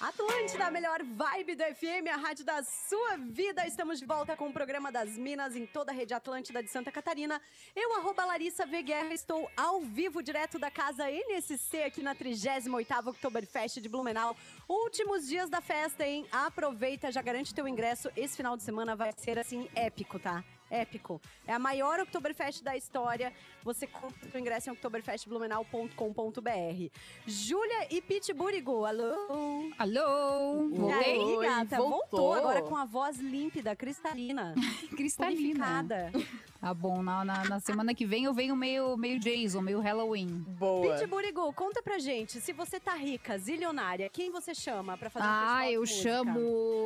Speaker 3: Atlântida, a melhor vibe do FM, a rádio da sua vida. Estamos de volta com o programa das Minas em toda a rede Atlântida de Santa Catarina. Eu, arroba Larissa V. Guerra, estou ao vivo direto da casa NSC aqui na 38ª Oktoberfest de Blumenau. Últimos dias da festa, hein? Aproveita, já garante teu ingresso. Esse final de semana vai ser, assim, épico, tá? Épico. É a maior Oktoberfest da história. Você compra o seu ingresso em oktoberfestblumenau.com.br. Júlia e Pete Burigo, alô?
Speaker 8: Alô! Voltei?
Speaker 3: Aí,
Speaker 4: Oi,
Speaker 3: gata, voltou.
Speaker 4: voltou.
Speaker 3: agora com a voz límpida, cristalina,
Speaker 8: Cristalina.
Speaker 3: purificada.
Speaker 8: Tá bom, na, na, na semana que vem eu venho meio, meio Jason, meio Halloween.
Speaker 4: Boa.
Speaker 3: Pitburigu, conta pra gente, se você tá rica, zilionária, quem você chama pra fazer um festival
Speaker 8: Ah,
Speaker 3: de
Speaker 8: eu
Speaker 3: música?
Speaker 8: chamo,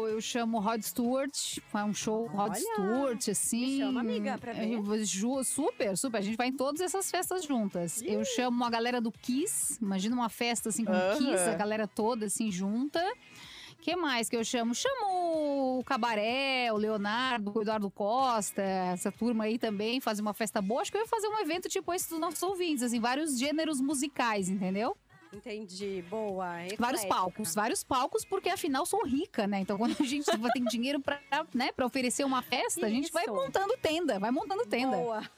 Speaker 8: eu chamo Rod Stewart, faz um show Rod
Speaker 3: Olha,
Speaker 8: Stewart, assim.
Speaker 3: me chama, amiga, pra ver.
Speaker 8: Eu ju- super, super. A gente vai em todas essas festas juntas. Eu chamo a galera do Kiss, imagina uma festa assim com
Speaker 4: Aham.
Speaker 8: Kiss, a galera toda assim junta. que mais que eu chamo? Chamo o Cabaré, o Leonardo, o Eduardo Costa, essa turma aí também, fazer uma festa boa. Acho que eu ia fazer um evento tipo esse dos nossos ouvintes, assim, vários gêneros musicais, entendeu?
Speaker 3: Entendi, boa.
Speaker 8: Vários
Speaker 3: eclética.
Speaker 8: palcos, vários palcos, porque afinal sou rica, né? Então quando a gente tem dinheiro pra, né, pra oferecer uma festa, a gente vai
Speaker 3: Isso.
Speaker 8: montando tenda, vai montando tenda.
Speaker 3: Boa.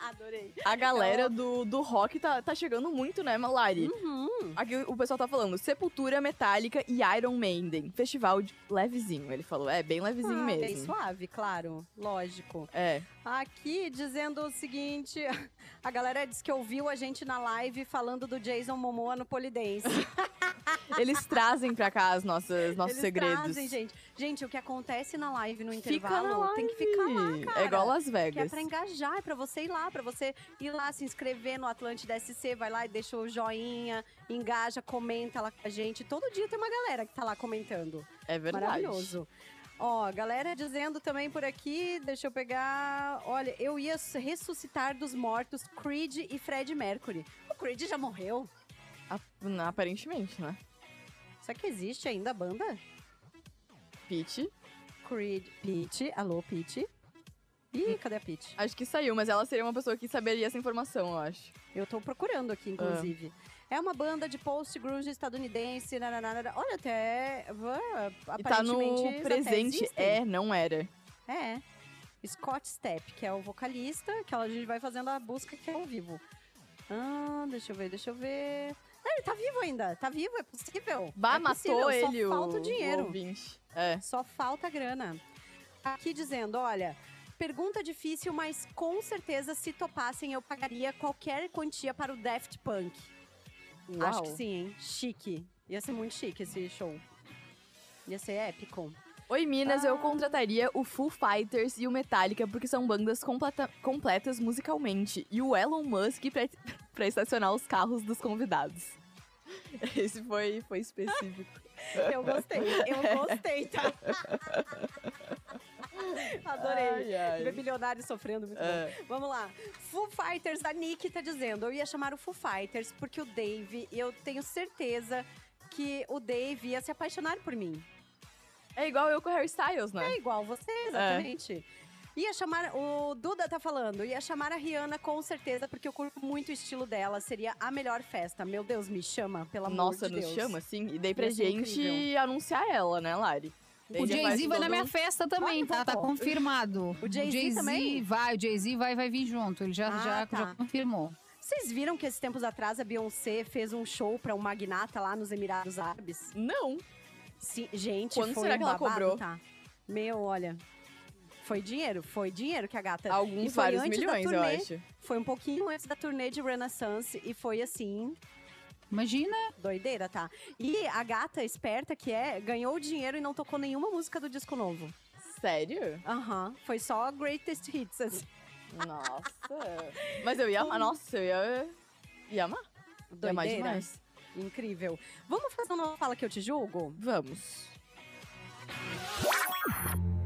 Speaker 3: Adorei.
Speaker 4: A galera do, do rock tá, tá chegando muito, né, Malari?
Speaker 8: Uhum.
Speaker 3: Ah,
Speaker 4: Aqui o pessoal tá falando Sepultura, Metallica e Iron Maiden. Festival de levezinho, ele falou. É, bem levezinho
Speaker 3: Ah,
Speaker 4: mesmo.
Speaker 3: bem suave, claro, lógico.
Speaker 4: É.
Speaker 3: Aqui dizendo o seguinte, a galera disse que ouviu a gente na live falando do Jason Momoa no Polidense.
Speaker 4: Eles trazem pra cá os nossos, nossos
Speaker 3: Eles
Speaker 4: segredos.
Speaker 3: trazem, gente. Gente, o que acontece na live no
Speaker 4: Fica
Speaker 3: intervalo
Speaker 4: na live.
Speaker 3: tem que ficar lá, cara.
Speaker 4: É igual Las
Speaker 3: Que é
Speaker 4: Vegas.
Speaker 3: pra engajar, é pra você ir lá, pra você ir lá se inscrever no Atlântida SC, vai lá e deixa o joinha, engaja, comenta lá com a gente. Todo dia tem uma galera que tá lá comentando.
Speaker 4: É verdade.
Speaker 3: Maravilhoso. Ó, galera dizendo também por aqui, deixa eu pegar. Olha, eu ia ressuscitar dos mortos Creed e Fred Mercury. O Creed já morreu?
Speaker 4: A- aparentemente, né?
Speaker 3: Será que existe ainda a banda?
Speaker 4: Pete,
Speaker 3: Creed. Pete. Alô, Pete. Ih, cadê a Pete?
Speaker 4: acho que saiu, mas ela seria uma pessoa que saberia essa informação, eu acho.
Speaker 3: Eu tô procurando aqui, inclusive.
Speaker 4: Ah.
Speaker 3: É uma banda de post-grunge estadunidense. nananara. Olha, até. vã,
Speaker 4: E tá
Speaker 3: aparentemente, eles
Speaker 4: no
Speaker 3: até
Speaker 4: presente.
Speaker 3: existem.
Speaker 4: É, não era.
Speaker 3: É. Scott Stepp, que é o vocalista, que a gente vai fazendo a busca que é ao vivo. Ah, deixa eu ver, deixa eu ver. Ah, ele tá vivo ainda, tá vivo, é possível.
Speaker 4: Bah,
Speaker 3: é
Speaker 4: matou
Speaker 3: possível,
Speaker 4: ele
Speaker 3: Só
Speaker 4: o,
Speaker 3: falta o
Speaker 4: o
Speaker 3: dinheiro.
Speaker 4: ouvinte. É.
Speaker 3: Só falta grana. Aqui dizendo, olha, pergunta difícil, mas com certeza se topassem eu pagaria qualquer quantia para o Daft Punk. Acho que
Speaker 4: Uau.
Speaker 3: sim, hein? Chique. Ia ser muito chique esse show. Ia ser épico.
Speaker 4: Oi, Minas, eu contrataria o Foo Fighters e o Metallica porque são bandas completa- completas musicalmente. E o Elon Musk pra, pra estacionar os carros dos convidados. Esse foi, foi específico.
Speaker 3: Eu gostei, eu gostei, tá? Adorei.
Speaker 4: Ai, ai.
Speaker 3: Ver bilionário sofrendo muito
Speaker 4: É.
Speaker 3: bom. Vamos lá. Foo Fighters, a Nick tá dizendo. Eu ia chamar o Foo Fighters porque o Dave, eu tenho certeza que o Dave ia se apaixonar por mim.
Speaker 4: É igual eu com o Harry Styles, né?
Speaker 3: É igual você, exatamente. Ia chamar, o Duda tá falando, ia chamar a Rihanna com certeza, porque eu curto muito o estilo dela. Seria a melhor festa. Meu Deus, me chama, pelo amor
Speaker 4: Nossa,
Speaker 3: de
Speaker 4: nos
Speaker 3: Deus.
Speaker 4: chama, assim. E daí pra
Speaker 3: Ia ser
Speaker 4: gente
Speaker 3: incrível.
Speaker 4: anunciar ela, né, Lari? Daí
Speaker 8: O
Speaker 4: já
Speaker 8: Jay-Z
Speaker 4: faz
Speaker 8: vai na
Speaker 4: todo
Speaker 8: minha
Speaker 4: um-
Speaker 8: festa também,
Speaker 3: Vai,
Speaker 8: tá? Tá
Speaker 3: vovó.
Speaker 8: confirmado.
Speaker 3: O Jay-Z também?
Speaker 8: Vai, o Jay-Z vai, vai vir junto. Ele já,
Speaker 3: Ah,
Speaker 8: já,
Speaker 3: tá.
Speaker 8: já confirmou.
Speaker 3: Vocês viram que esses tempos atrás a Beyoncé fez um show pra um magnata lá nos Emirados Árabes?
Speaker 4: Não.
Speaker 3: Sim, gente,
Speaker 4: Quanto
Speaker 3: foi
Speaker 4: será
Speaker 3: um
Speaker 4: que ela
Speaker 3: babado,
Speaker 4: cobrou?
Speaker 3: Tá. Meu, olha. Foi dinheiro, foi dinheiro que a gata. e
Speaker 4: Alguns
Speaker 3: foi
Speaker 4: vários
Speaker 3: antes da
Speaker 4: milhões, eu
Speaker 3: turnê.
Speaker 4: acho.
Speaker 3: Foi um pouquinho antes da turnê de Renaissance e foi assim,
Speaker 8: Imagina.
Speaker 3: doideira, tá? E a gata esperta que é, ganhou o dinheiro e não tocou nenhuma música do disco novo.
Speaker 4: Sério?
Speaker 3: Aham, foi só greatest hits. assim.
Speaker 4: Nossa. Mas eu ia amar. Nossa, eu ia. Ia amar. Ia amar
Speaker 3: Doideira.
Speaker 4: demais.
Speaker 3: Incrível. Vamos fazer uma fala que eu te julgo?
Speaker 4: Vamos.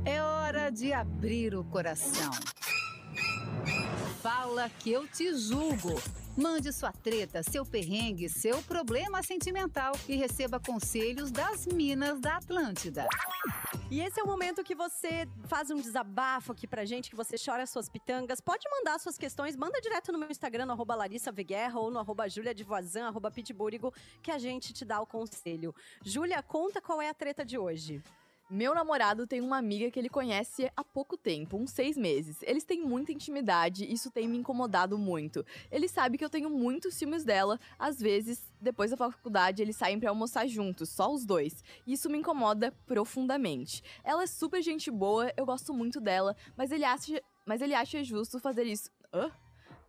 Speaker 1: É hora de abrir o coração. Fala que eu te julgo. Mande sua treta, seu perrengue, seu problema sentimental e receba conselhos das Minas da Atlântida.
Speaker 3: E esse é o momento que você faz um desabafo aqui pra gente, que você chora suas pitangas. Pode mandar suas questões, manda direto no meu Instagram, no arroba Larissa Veguerra, ou no arroba Júlia de Voazan, arroba Pitburigo, que a gente te dá o conselho. Júlia, conta qual é a treta de hoje.
Speaker 4: Meu namorado tem uma amiga que ele conhece há pouco tempo, uns seis meses. Eles têm muita intimidade, isso tem me incomodado muito. Ele sabe que eu tenho muitos ciúmes dela, às vezes, depois da faculdade, eles saem pra almoçar juntos, só os dois. Isso me incomoda profundamente. Ela é super gente boa, eu gosto muito dela, mas ele acha, mas ele acha justo fazer isso. Hã?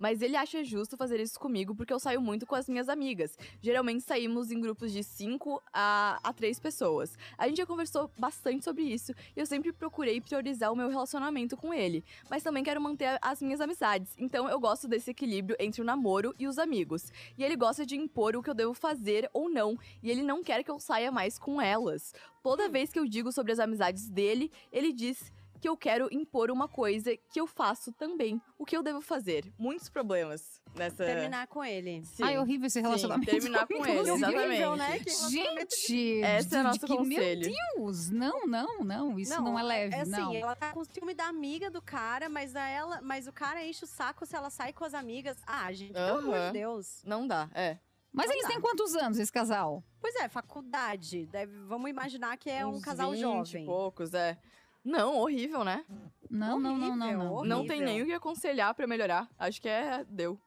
Speaker 4: Mas ele acha justo fazer isso comigo porque eu saio muito com as minhas amigas. Geralmente saímos em grupos de cinco a, a três pessoas. A gente já conversou bastante sobre isso e eu sempre procurei priorizar o meu relacionamento com ele, mas também quero manter a- as minhas amizades. Então eu gosto desse equilíbrio entre o namoro e os amigos. E ele gosta de impor o que eu devo fazer ou não, e ele não quer que eu saia mais com elas. Toda vez que eu digo sobre as amizades dele, ele diz que eu quero impor uma coisa que eu faço também. O que eu devo fazer? Muitos problemas nessa
Speaker 3: Terminar com ele.
Speaker 4: Sim.
Speaker 8: Ai, horrível esse
Speaker 4: Sim,
Speaker 8: relacionamento.
Speaker 4: terminar com ele,
Speaker 8: Inclusive.
Speaker 4: exatamente.
Speaker 3: né? Que relacionamento
Speaker 8: Gente,
Speaker 4: Esse é o
Speaker 8: de-
Speaker 4: nosso
Speaker 8: de que,
Speaker 4: conselho.
Speaker 8: Meu Deus, não, não, não, isso não, é leve,
Speaker 3: assim,
Speaker 8: não.
Speaker 3: ela tá com ciúme da amiga do cara, mas a ela, mas o cara enche o saco se ela sai com as amigas. Ah, gente, pelo amor de
Speaker 4: Aham.
Speaker 3: Deus.
Speaker 4: Não dá, é.
Speaker 8: Mas
Speaker 3: não
Speaker 8: eles
Speaker 3: dá.
Speaker 8: têm quantos anos, esse casal?
Speaker 3: Pois é, faculdade. Deve- vamos imaginar que é um
Speaker 4: Uns
Speaker 3: casal
Speaker 4: 20 e
Speaker 3: jovem.
Speaker 4: poucos, é. Não, horrível, né?
Speaker 8: Não, não, não, não,
Speaker 3: Horrível,
Speaker 8: não.
Speaker 3: horrível.
Speaker 4: Não tem nem o que aconselhar pra melhorar. Acho que é. Deu.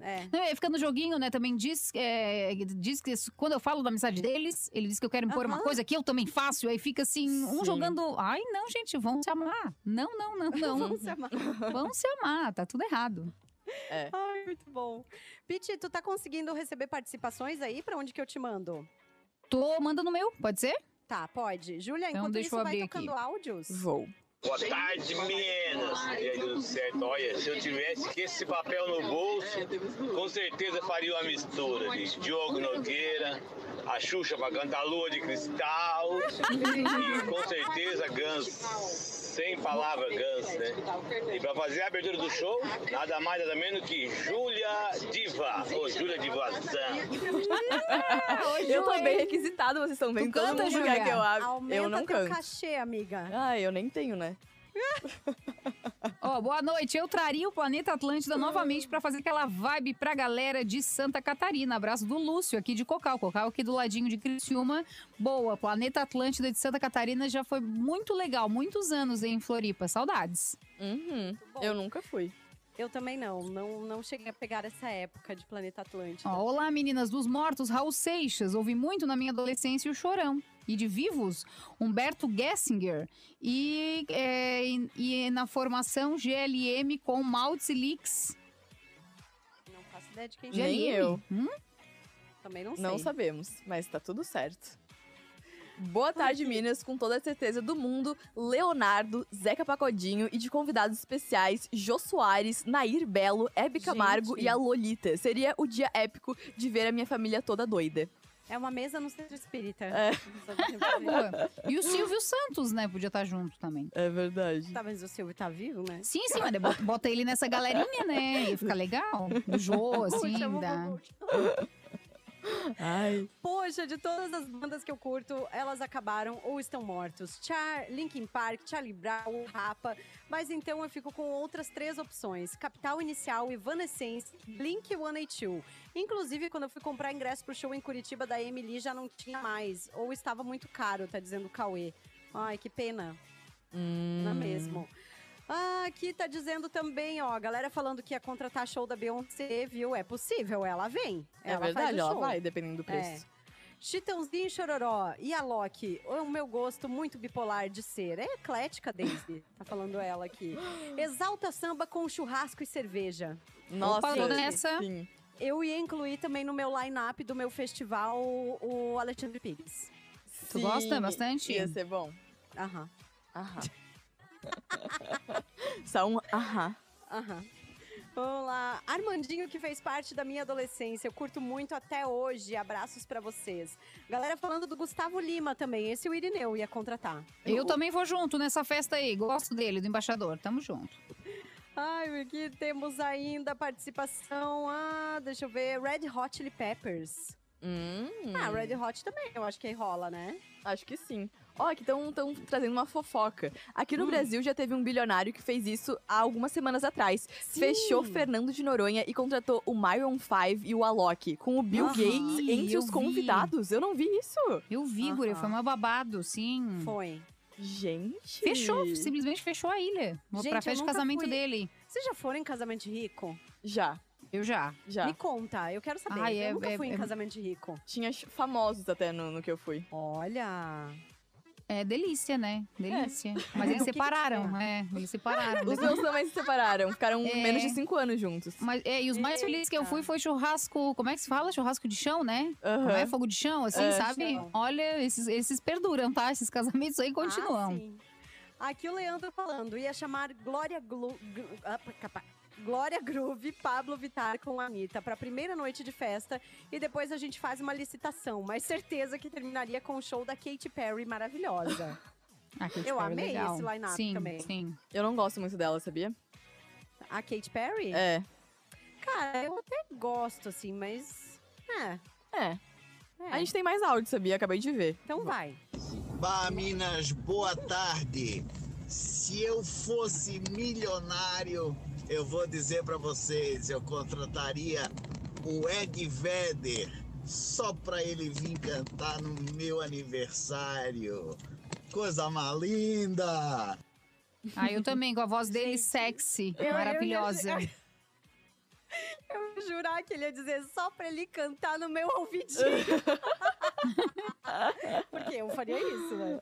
Speaker 3: É.
Speaker 8: Não, e fica no joguinho, né? Também diz, é, diz que isso- quando eu falo da amizade deles, ele diz que eu quero impor uma
Speaker 3: Aham.
Speaker 8: coisa que eu também faço. Aí fica assim, um
Speaker 4: Sim.
Speaker 8: jogando. Ai, não, gente, vão se amar. Não, não, não, não.
Speaker 3: Vamos se amar.
Speaker 8: vão se amar, tá tudo errado.
Speaker 3: Ai, muito bom. Piti, tu tá conseguindo receber participações aí? Pra onde que eu te mando?
Speaker 8: Tô mandando o meu, pode ser?
Speaker 3: Tá, pode. Júlia,
Speaker 8: Então
Speaker 3: enquanto
Speaker 8: deixa
Speaker 3: isso,
Speaker 8: eu
Speaker 3: vai
Speaker 8: abrir
Speaker 3: tocando áudios.
Speaker 4: Vou.
Speaker 9: Boa tarde, meninas. E aí, tudo certo? Olha, se eu tivesse que esse papel no bolso, com certeza faria uma mistura de Diogo Nogueira, a Xuxa pra cantar Lua de Cristal e com certeza Guns. Sem palavra, Guns, né? E pra fazer a abertura do show, nada mais nada menos que Júlia Diva, ou Júlia Divazan.
Speaker 8: Ah,
Speaker 4: eu tô bem requisitada, vocês estão vendo
Speaker 8: Tu
Speaker 4: todo
Speaker 8: canta,
Speaker 4: mundo
Speaker 8: Julia?
Speaker 4: lugar que eu abro.
Speaker 3: Aumenta
Speaker 4: Eu não
Speaker 3: teu
Speaker 4: canto.
Speaker 3: cachê, amiga.
Speaker 4: Ah, eu nem tenho, né?
Speaker 8: Ó, boa noite. Eu traria o Planeta Atlântida novamente pra fazer aquela vibe pra galera de Santa Catarina. Abraço do Lúcio aqui de Cocal. Cocal aqui do ladinho de Criciúma. Boa, Planeta Atlântida de Santa Catarina já foi muito legal. Muitos anos em Floripa. Saudades.
Speaker 4: Uhum. Eu nunca fui.
Speaker 3: Eu também não. Não, não cheguei a pegar essa época de Planeta Atlântico.
Speaker 8: Ó, Olá, meninas dos mortos, Raul Seixas. Ouvi muito na minha adolescência o Chorão. E de vivos, Humberto Gessinger. E, é, e- e na formação GLM com Maltz e Lix.
Speaker 3: Não faço ideia de quem
Speaker 4: Nem
Speaker 3: seja.
Speaker 4: eu.
Speaker 8: Hum?
Speaker 3: Também não sei.
Speaker 4: Não sabemos, mas tá tudo certo. Boa tarde, Minas, com toda a certeza do mundo, Leonardo, Zeca Pacodinho e de convidados especiais, Jô Soares, Nair Belo, Hebe Camargo
Speaker 3: Gente.
Speaker 4: e a Lolita. Seria o dia épico de ver a minha família toda doida.
Speaker 3: É uma mesa no centro espírita.
Speaker 4: É.
Speaker 8: Boa. E o Silvio Santos, né? Podia estar junto também.
Speaker 4: É verdade.
Speaker 3: Talvez o Silvio tá vivo, né?
Speaker 8: Sim, sim, olha, bota, bota ele nessa galerinha, né? Ia ficar legal. Do Jô, assim,
Speaker 3: Puxa, vou-
Speaker 8: da...
Speaker 3: vou-
Speaker 4: Ai.
Speaker 3: Poxa, de todas as bandas que eu curto, elas acabaram ou estão mortos. Char, Linkin Park, Charlie Brown, Rapa. Mas então eu fico com outras três opções: Capital Inicial, Evanescence, Blink 182. Inclusive, quando eu fui comprar ingresso pro show em Curitiba da Emily, já não tinha mais. Ou estava muito caro, tá dizendo o Cauê. Ai, que pena.
Speaker 4: Hum.
Speaker 3: Não é mesmo? Ah, aqui tá dizendo também, ó, a galera falando que ia contratar show da Beyoncé, viu? É possível, ela vem.
Speaker 4: É
Speaker 3: ela
Speaker 4: verdade,
Speaker 3: faz o
Speaker 4: ela
Speaker 3: show.
Speaker 4: É. vai, dependendo do preço.
Speaker 3: Chitãozinho e Chororó e a Loki, é o meu gosto muito bipolar de ser. É eclética, Daisy, tá falando ela aqui. Exalta samba com churrasco e cerveja.
Speaker 4: Nossa,
Speaker 8: tô nessa.
Speaker 4: sim.
Speaker 3: Eu ia incluir também no meu line-up do meu festival o Alexandre Pires.
Speaker 8: Tu
Speaker 4: Sim,
Speaker 8: gosta bastante?
Speaker 4: Ia ser bom.
Speaker 3: Aham,
Speaker 4: Aham. Só um aham.
Speaker 3: aham. Vamos lá. Armandinho, que fez parte da minha adolescência. Eu curto muito até hoje. Abraços pra vocês. Galera falando do Gustavo Lima também. Esse o Irineu ia contratar.
Speaker 8: Eu também vou junto nessa festa aí. Gosto dele, do embaixador. Tamo junto.
Speaker 3: Ai, aqui temos ainda a participação. Ah, deixa eu ver. Red Hot Chili Peppers.
Speaker 4: Hum,
Speaker 3: Ah, Red Hot também, eu acho que rola, né?
Speaker 4: acho que sim. Ó, aqui estão trazendo uma fofoca. Aqui
Speaker 8: Hum.
Speaker 4: no Brasil já teve um bilionário que fez isso há algumas semanas atrás. Fechou Fernando de Noronha e contratou o Myron 5 e o Alok, com o Bill
Speaker 3: Aham,
Speaker 4: Gates entre
Speaker 8: eu
Speaker 4: os
Speaker 8: vi.
Speaker 4: convidados. Eu não vi isso.
Speaker 8: Eu vi,
Speaker 3: Aham.
Speaker 8: Guri, foi uma babado, sim.
Speaker 3: Foi.
Speaker 4: Gente.
Speaker 8: Fechou, simplesmente fechou a ilha. Vou
Speaker 3: Gente,
Speaker 8: pra
Speaker 3: eu
Speaker 8: festa de
Speaker 3: nunca
Speaker 8: casamento
Speaker 3: fui-
Speaker 8: dele.
Speaker 3: Vocês já foram em casamento de rico?
Speaker 4: Já,
Speaker 8: Eu já.
Speaker 4: já.
Speaker 3: Me conta, eu quero saber.
Speaker 8: Ai,
Speaker 3: eu
Speaker 8: é-
Speaker 3: nunca
Speaker 8: é-
Speaker 3: fui em
Speaker 8: é-
Speaker 3: casamento de rico.
Speaker 4: Tinha ch- famosos até no, no que eu fui.
Speaker 3: Olha.
Speaker 8: É delícia, né? Delícia.
Speaker 3: É, o
Speaker 8: Mas
Speaker 3: que que
Speaker 8: eles separaram,
Speaker 3: tinha?
Speaker 8: é. Eles separaram.
Speaker 4: Os meus também se separaram. Ficaram
Speaker 8: É.
Speaker 4: menos de cinco anos juntos.
Speaker 8: Mas, é, e os mais felizes que eu fui foi churrasco. Como é que se fala? Churrasco de chão, né? Como é
Speaker 4: Aham.
Speaker 8: fogo de chão, assim,
Speaker 4: É,
Speaker 8: sabe?
Speaker 3: chão.
Speaker 8: Olha, esses, esses perduram, tá? Esses casamentos aí
Speaker 3: Ah,
Speaker 8: continuam.
Speaker 3: sim. Aqui o Leandro tá falando, ia chamar Glória Glu... Gru- ah, pa- capa- Glória Groove, Pablo Vittar com a Anitta pra primeira noite de festa e depois a gente faz uma licitação, mas certeza que terminaria com o show da Katy Perry maravilhosa.
Speaker 8: Ah, que
Speaker 3: Eu
Speaker 8: super
Speaker 3: amei
Speaker 8: legal.
Speaker 3: esse line-up
Speaker 8: sim,
Speaker 3: também.
Speaker 8: Sim,
Speaker 4: Eu não gosto muito dela, sabia?
Speaker 3: a Katy Perry?
Speaker 4: É.
Speaker 3: Cara, eu até gosto, assim, mas. É.
Speaker 4: É.
Speaker 3: é.
Speaker 4: A gente tem mais áudio, sabia? Acabei de ver.
Speaker 3: Então vai.
Speaker 10: Bah, Minas, boa tarde. Se eu fosse milionário, eu vou dizer pra vocês, eu contrataria o Ed Vedder só pra ele vir cantar no meu aniversário. Coisa mais linda!
Speaker 8: Ah, eu também, com a voz dele sexy, maravilhosa.
Speaker 3: eu Eu ia jurar que ele ia dizer só pra ele cantar no meu ouvidinho. Porque eu faria isso, né?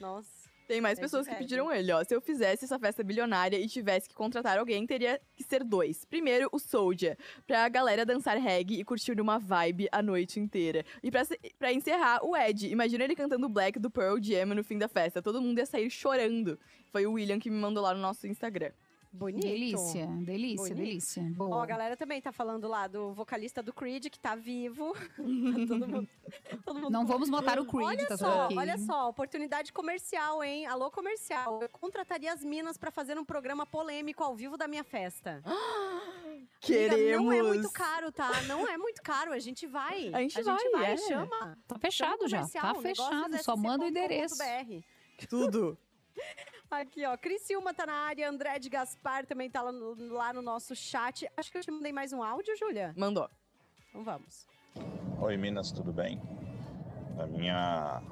Speaker 3: Nossa.
Speaker 4: Tem mais
Speaker 3: Ed
Speaker 4: pessoas que
Speaker 3: Vedder.
Speaker 4: pediram ele, ó. Se eu fizesse essa festa bilionária e tivesse que contratar alguém, teria que ser dois. Primeiro, o Soldier, pra galera dançar reggae e curtir uma vibe a noite inteira. E pra, se- pra encerrar, o Ed. Imagina ele cantando Black do Pearl Jam no fim da festa. Todo mundo ia sair chorando. Foi o William que me mandou lá no nosso Instagram.
Speaker 3: Bonito.
Speaker 8: Delícia, delícia,
Speaker 3: Bonito.
Speaker 8: delícia.
Speaker 3: Ó,
Speaker 8: Boa.
Speaker 3: a galera também tá falando lá do vocalista do Creed, que tá vivo. Tá todo mundo, todo mundo
Speaker 8: Não vamos matar o Creed,
Speaker 3: Olha
Speaker 8: tá tudo
Speaker 3: só,
Speaker 8: aqui.
Speaker 3: olha só, oportunidade comercial, hein? Alô, comercial. Eu contrataria as minas pra fazer um programa polêmico ao vivo da minha festa. Amiga,
Speaker 4: Queremos!
Speaker 3: Não é muito caro, tá? Não é muito caro, a gente vai.
Speaker 4: A gente vai, é.
Speaker 3: chama. é
Speaker 8: Tá fechado já, tá fechado. Só manda o endereço.
Speaker 4: Tudo!
Speaker 3: Aqui, ó. Criciúma tá na área, André de Gaspar também tá lá no, lá no nosso chat. Acho que eu te mandei mais um áudio, Júlia.
Speaker 4: Mandou.
Speaker 3: Então vamos.
Speaker 11: Oi Minas, tudo bem? Na minha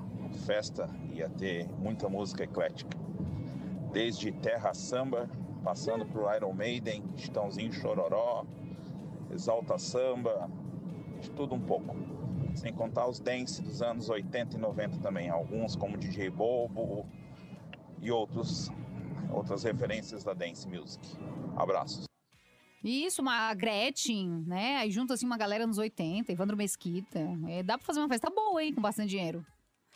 Speaker 11: festa ia ter muita música eclética. Desde Terra Samba, passando pro Iron Maiden, Chitãozinho Chororó, Exalta Samba, de tudo um pouco. Sem contar os dance dos anos 80 e 90 também, alguns como DJ Bobo e outros outras referências da dance music. Abraços.
Speaker 8: Isso, uma Gretchen, né? Aí junta assim uma galera nos 80, Evandro Mesquita. É, dá pra fazer uma festa boa, hein? Com bastante dinheiro.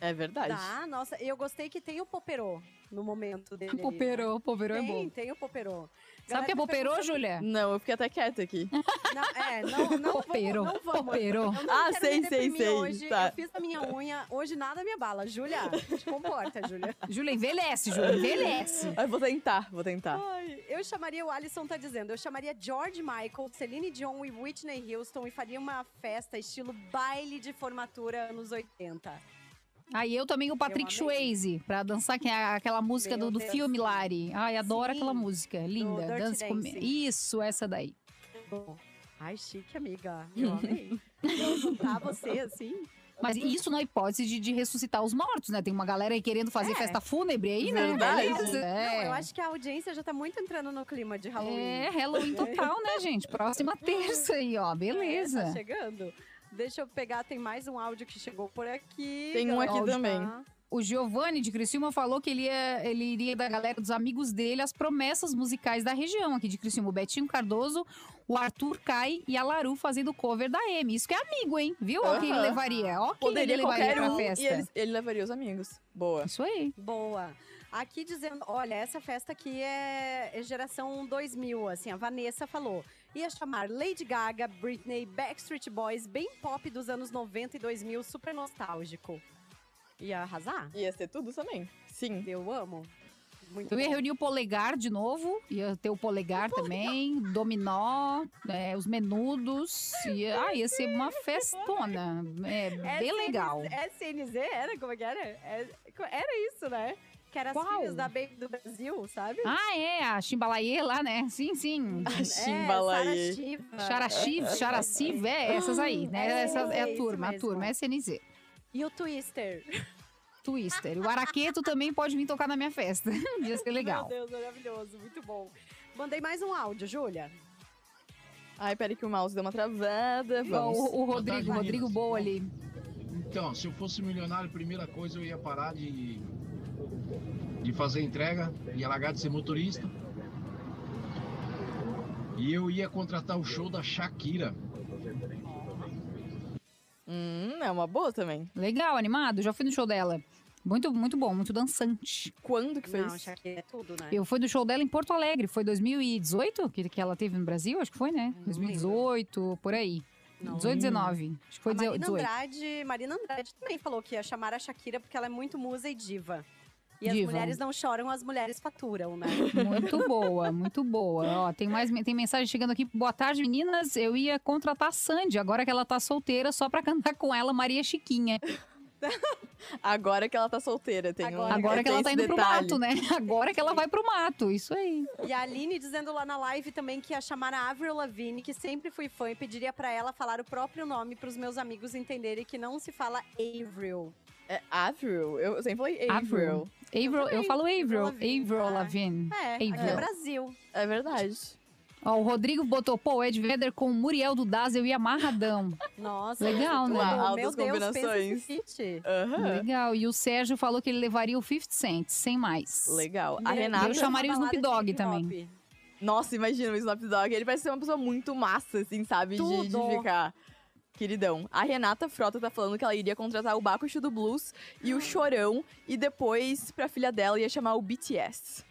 Speaker 4: É verdade.
Speaker 3: Tá, nossa, eu gostei que tem o Poperô no momento dele. ali, né?
Speaker 8: poperô é
Speaker 3: Tem, tem o Poperô.
Speaker 8: Sabe o que é poperô, Júlia?
Speaker 4: Não, eu fiquei até quieta aqui.
Speaker 3: Não, é, não, não vamos-
Speaker 8: Poperô,
Speaker 3: não vamos.
Speaker 8: poperô.
Speaker 3: Eu não
Speaker 4: Ah,
Speaker 3: quero
Speaker 4: sei,
Speaker 3: me
Speaker 4: sei,
Speaker 3: deprimir
Speaker 4: sei,
Speaker 3: Hoje,
Speaker 4: tá.
Speaker 3: Eu fiz a minha unha, hoje nada me abala. Júlia, te comporta, Júlia.
Speaker 8: Júlia, envelhece, Júlia, envelhece.
Speaker 4: Eu vou tentar, vou tentar.
Speaker 3: Ai, eu chamaria, o Alisson tá dizendo, eu chamaria George Michael, Celine Dion e Whitney Houston e faria uma festa estilo baile de formatura anos 80.
Speaker 8: Aí Ah, eu também o Patrick
Speaker 3: Eu amei.
Speaker 8: Swayze, pra dançar que é aquela música
Speaker 3: Meu
Speaker 8: do, do
Speaker 3: Deus.
Speaker 8: filme Lari. Ai, adoro
Speaker 3: Sim,
Speaker 8: aquela música, linda.
Speaker 3: Dirty
Speaker 8: Dance com...
Speaker 3: Dancing.
Speaker 8: Isso, essa daí.
Speaker 3: Bom, ai, chique, amiga. Eu amei. Eu juntar você, assim.
Speaker 8: Mas isso na hipótese de, de ressuscitar os mortos, né? Tem uma galera aí querendo fazer
Speaker 3: É.
Speaker 8: festa fúnebre aí, né?
Speaker 4: Verdade.
Speaker 8: Beleza.
Speaker 3: Não,
Speaker 8: É.
Speaker 3: eu acho que a audiência já tá muito entrando no clima de Halloween.
Speaker 8: É, Halloween total, né, gente? Próxima terça aí, ó.
Speaker 3: É,
Speaker 8: Beleza.
Speaker 3: Tá chegando. Deixa eu pegar, tem mais um áudio que chegou por aqui.
Speaker 4: Tem um aqui
Speaker 3: Áudio
Speaker 4: também.
Speaker 3: tá-
Speaker 8: O Giovanni de Criciúma falou que ele, ia, ele iria da galera dos amigos dele as promessas musicais da região aqui de Criciúma. O Betinho Cardoso, o Arthur Cai e a Laru fazendo cover da M. Isso que é amigo, hein? Viu? Ó quem ele
Speaker 4: Aham.
Speaker 8: levaria. Ó quem
Speaker 4: Poderia
Speaker 8: ele levaria
Speaker 4: qualquer
Speaker 8: pra
Speaker 4: um
Speaker 8: festa.
Speaker 4: e ele, ele levaria os amigos. Boa.
Speaker 8: Isso aí.
Speaker 3: Boa. Aqui dizendo, olha, essa festa aqui é, é geração 2000, assim, a Vanessa falou. Ia chamar Lady Gaga, Britney, Backstreet Boys, bem pop dos anos 90 e 2000, super nostálgico. Ia arrasar?
Speaker 4: Ia ser tudo também. Sim.
Speaker 3: Eu amo. Muito
Speaker 8: Eu ia
Speaker 3: bom.
Speaker 8: reunir o polegar de novo, ia ter o polegar também, dominó, é, os menudos. Ia, ah, ia ser uma festona. É, bem
Speaker 3: SNZ
Speaker 8: legal.
Speaker 3: SNZ era? Como é que era? É- Era isso, né? Que era as
Speaker 8: Qual?
Speaker 3: filhas da Baby do Brasil, sabe? É,
Speaker 8: Ah, é, a Chimbalaê lá, né? Sim, sim.
Speaker 4: A Chimbalaê.
Speaker 8: Charachiv, Characiv, é essas aí, né?
Speaker 3: É,
Speaker 8: Essa é
Speaker 3: é
Speaker 8: a
Speaker 3: isso
Speaker 8: turma, a
Speaker 3: mesmo.
Speaker 8: turma, SNZ.
Speaker 3: E o Twister.
Speaker 8: Twister. O Araqueto também pode vir tocar na minha festa. Ia ser legal.
Speaker 3: Meu Deus, maravilhoso, muito bom. Mandei mais um áudio, Júlia.
Speaker 4: Ai, peraí que o mouse deu uma travada. Vamos.
Speaker 8: O, o Rodrigo,
Speaker 12: Meninas.
Speaker 8: Rodrigo Boa ali.
Speaker 12: Então, se eu fosse milionário, primeira coisa eu ia parar de, de fazer entrega, ia largar de ser motorista. E eu ia contratar o show da Shakira.
Speaker 4: Hum, é uma boa também.
Speaker 8: Legal, animado. Já fui no show dela. Muito, muito bom, muito dançante.
Speaker 4: Quando que foi
Speaker 3: Não,
Speaker 4: isso?
Speaker 3: Shakira é tudo, né?
Speaker 8: Eu fui no show dela em Porto Alegre, foi 2018 que, que ela teve no Brasil, acho que foi, né? 2018, por aí.
Speaker 3: Não
Speaker 8: 18, 19. Acho que foi
Speaker 3: a Marina
Speaker 8: 18.
Speaker 3: Andrade, Marina Andrade também falou que ia chamar a Shakira porque ela é muito musa e diva. E as
Speaker 8: Diva.
Speaker 3: mulheres não choram, as mulheres faturam, né?
Speaker 8: Muito boa, muito boa. Ó, tem mais tem mensagem chegando aqui. Boa tarde, meninas. Eu ia contratar a Sandy, agora que ela tá solteira, só pra cantar com ela Maria Chiquinha.
Speaker 4: Agora que ela tá solteira, tem um...
Speaker 3: Agora-
Speaker 8: Agora que
Speaker 4: tem
Speaker 8: ela tá
Speaker 4: esse
Speaker 8: indo pro
Speaker 4: detalhe.
Speaker 8: mato, né? Agora que ela vai pro mato. Isso aí.
Speaker 3: E a Aline dizendo lá na live também que ia chamar a Avril Lavigne, que sempre fui fã, e pediria pra ela falar o próprio nome pros meus amigos entenderem que não se fala Avril.
Speaker 4: É Avril. Eu sempre falei Avril.
Speaker 8: Avril. Avril, eu
Speaker 3: também.
Speaker 8: falo Avril.
Speaker 3: Lavigne,
Speaker 8: Avril
Speaker 4: Ah.
Speaker 3: tá?
Speaker 8: Lavigne.
Speaker 3: É, aqui
Speaker 8: Avril.
Speaker 3: é Brasil.
Speaker 4: É verdade.
Speaker 8: Ó, o Rodrigo botou, pô, o Ed Vedder com o Muriel do Dazel e amarradão.
Speaker 3: Nossa,
Speaker 8: Legal,
Speaker 3: isso
Speaker 8: né?
Speaker 3: tudo.
Speaker 4: Altas
Speaker 3: Meu Deus, pensa
Speaker 4: combinações.
Speaker 3: esse fit.
Speaker 4: Aham.
Speaker 8: Legal. E o Sérgio falou que ele levaria o 50 Cent, sem mais.
Speaker 4: Legal. A
Speaker 3: Meu
Speaker 4: Renata.
Speaker 8: Eu chamaria o
Speaker 3: uma
Speaker 8: Snoop
Speaker 3: balada de
Speaker 8: Dogg também.
Speaker 3: hip hop.
Speaker 4: Nossa, imagina o Snoop Dogg. Ele parece ser uma pessoa muito massa, assim, sabe? De- De,
Speaker 3: Tudo.
Speaker 4: ficar. Queridão. A Renata Frota tá falando que ela iria contratar o Baco do Blues e o Chorão. E depois, pra filha dela, ia chamar o BTS.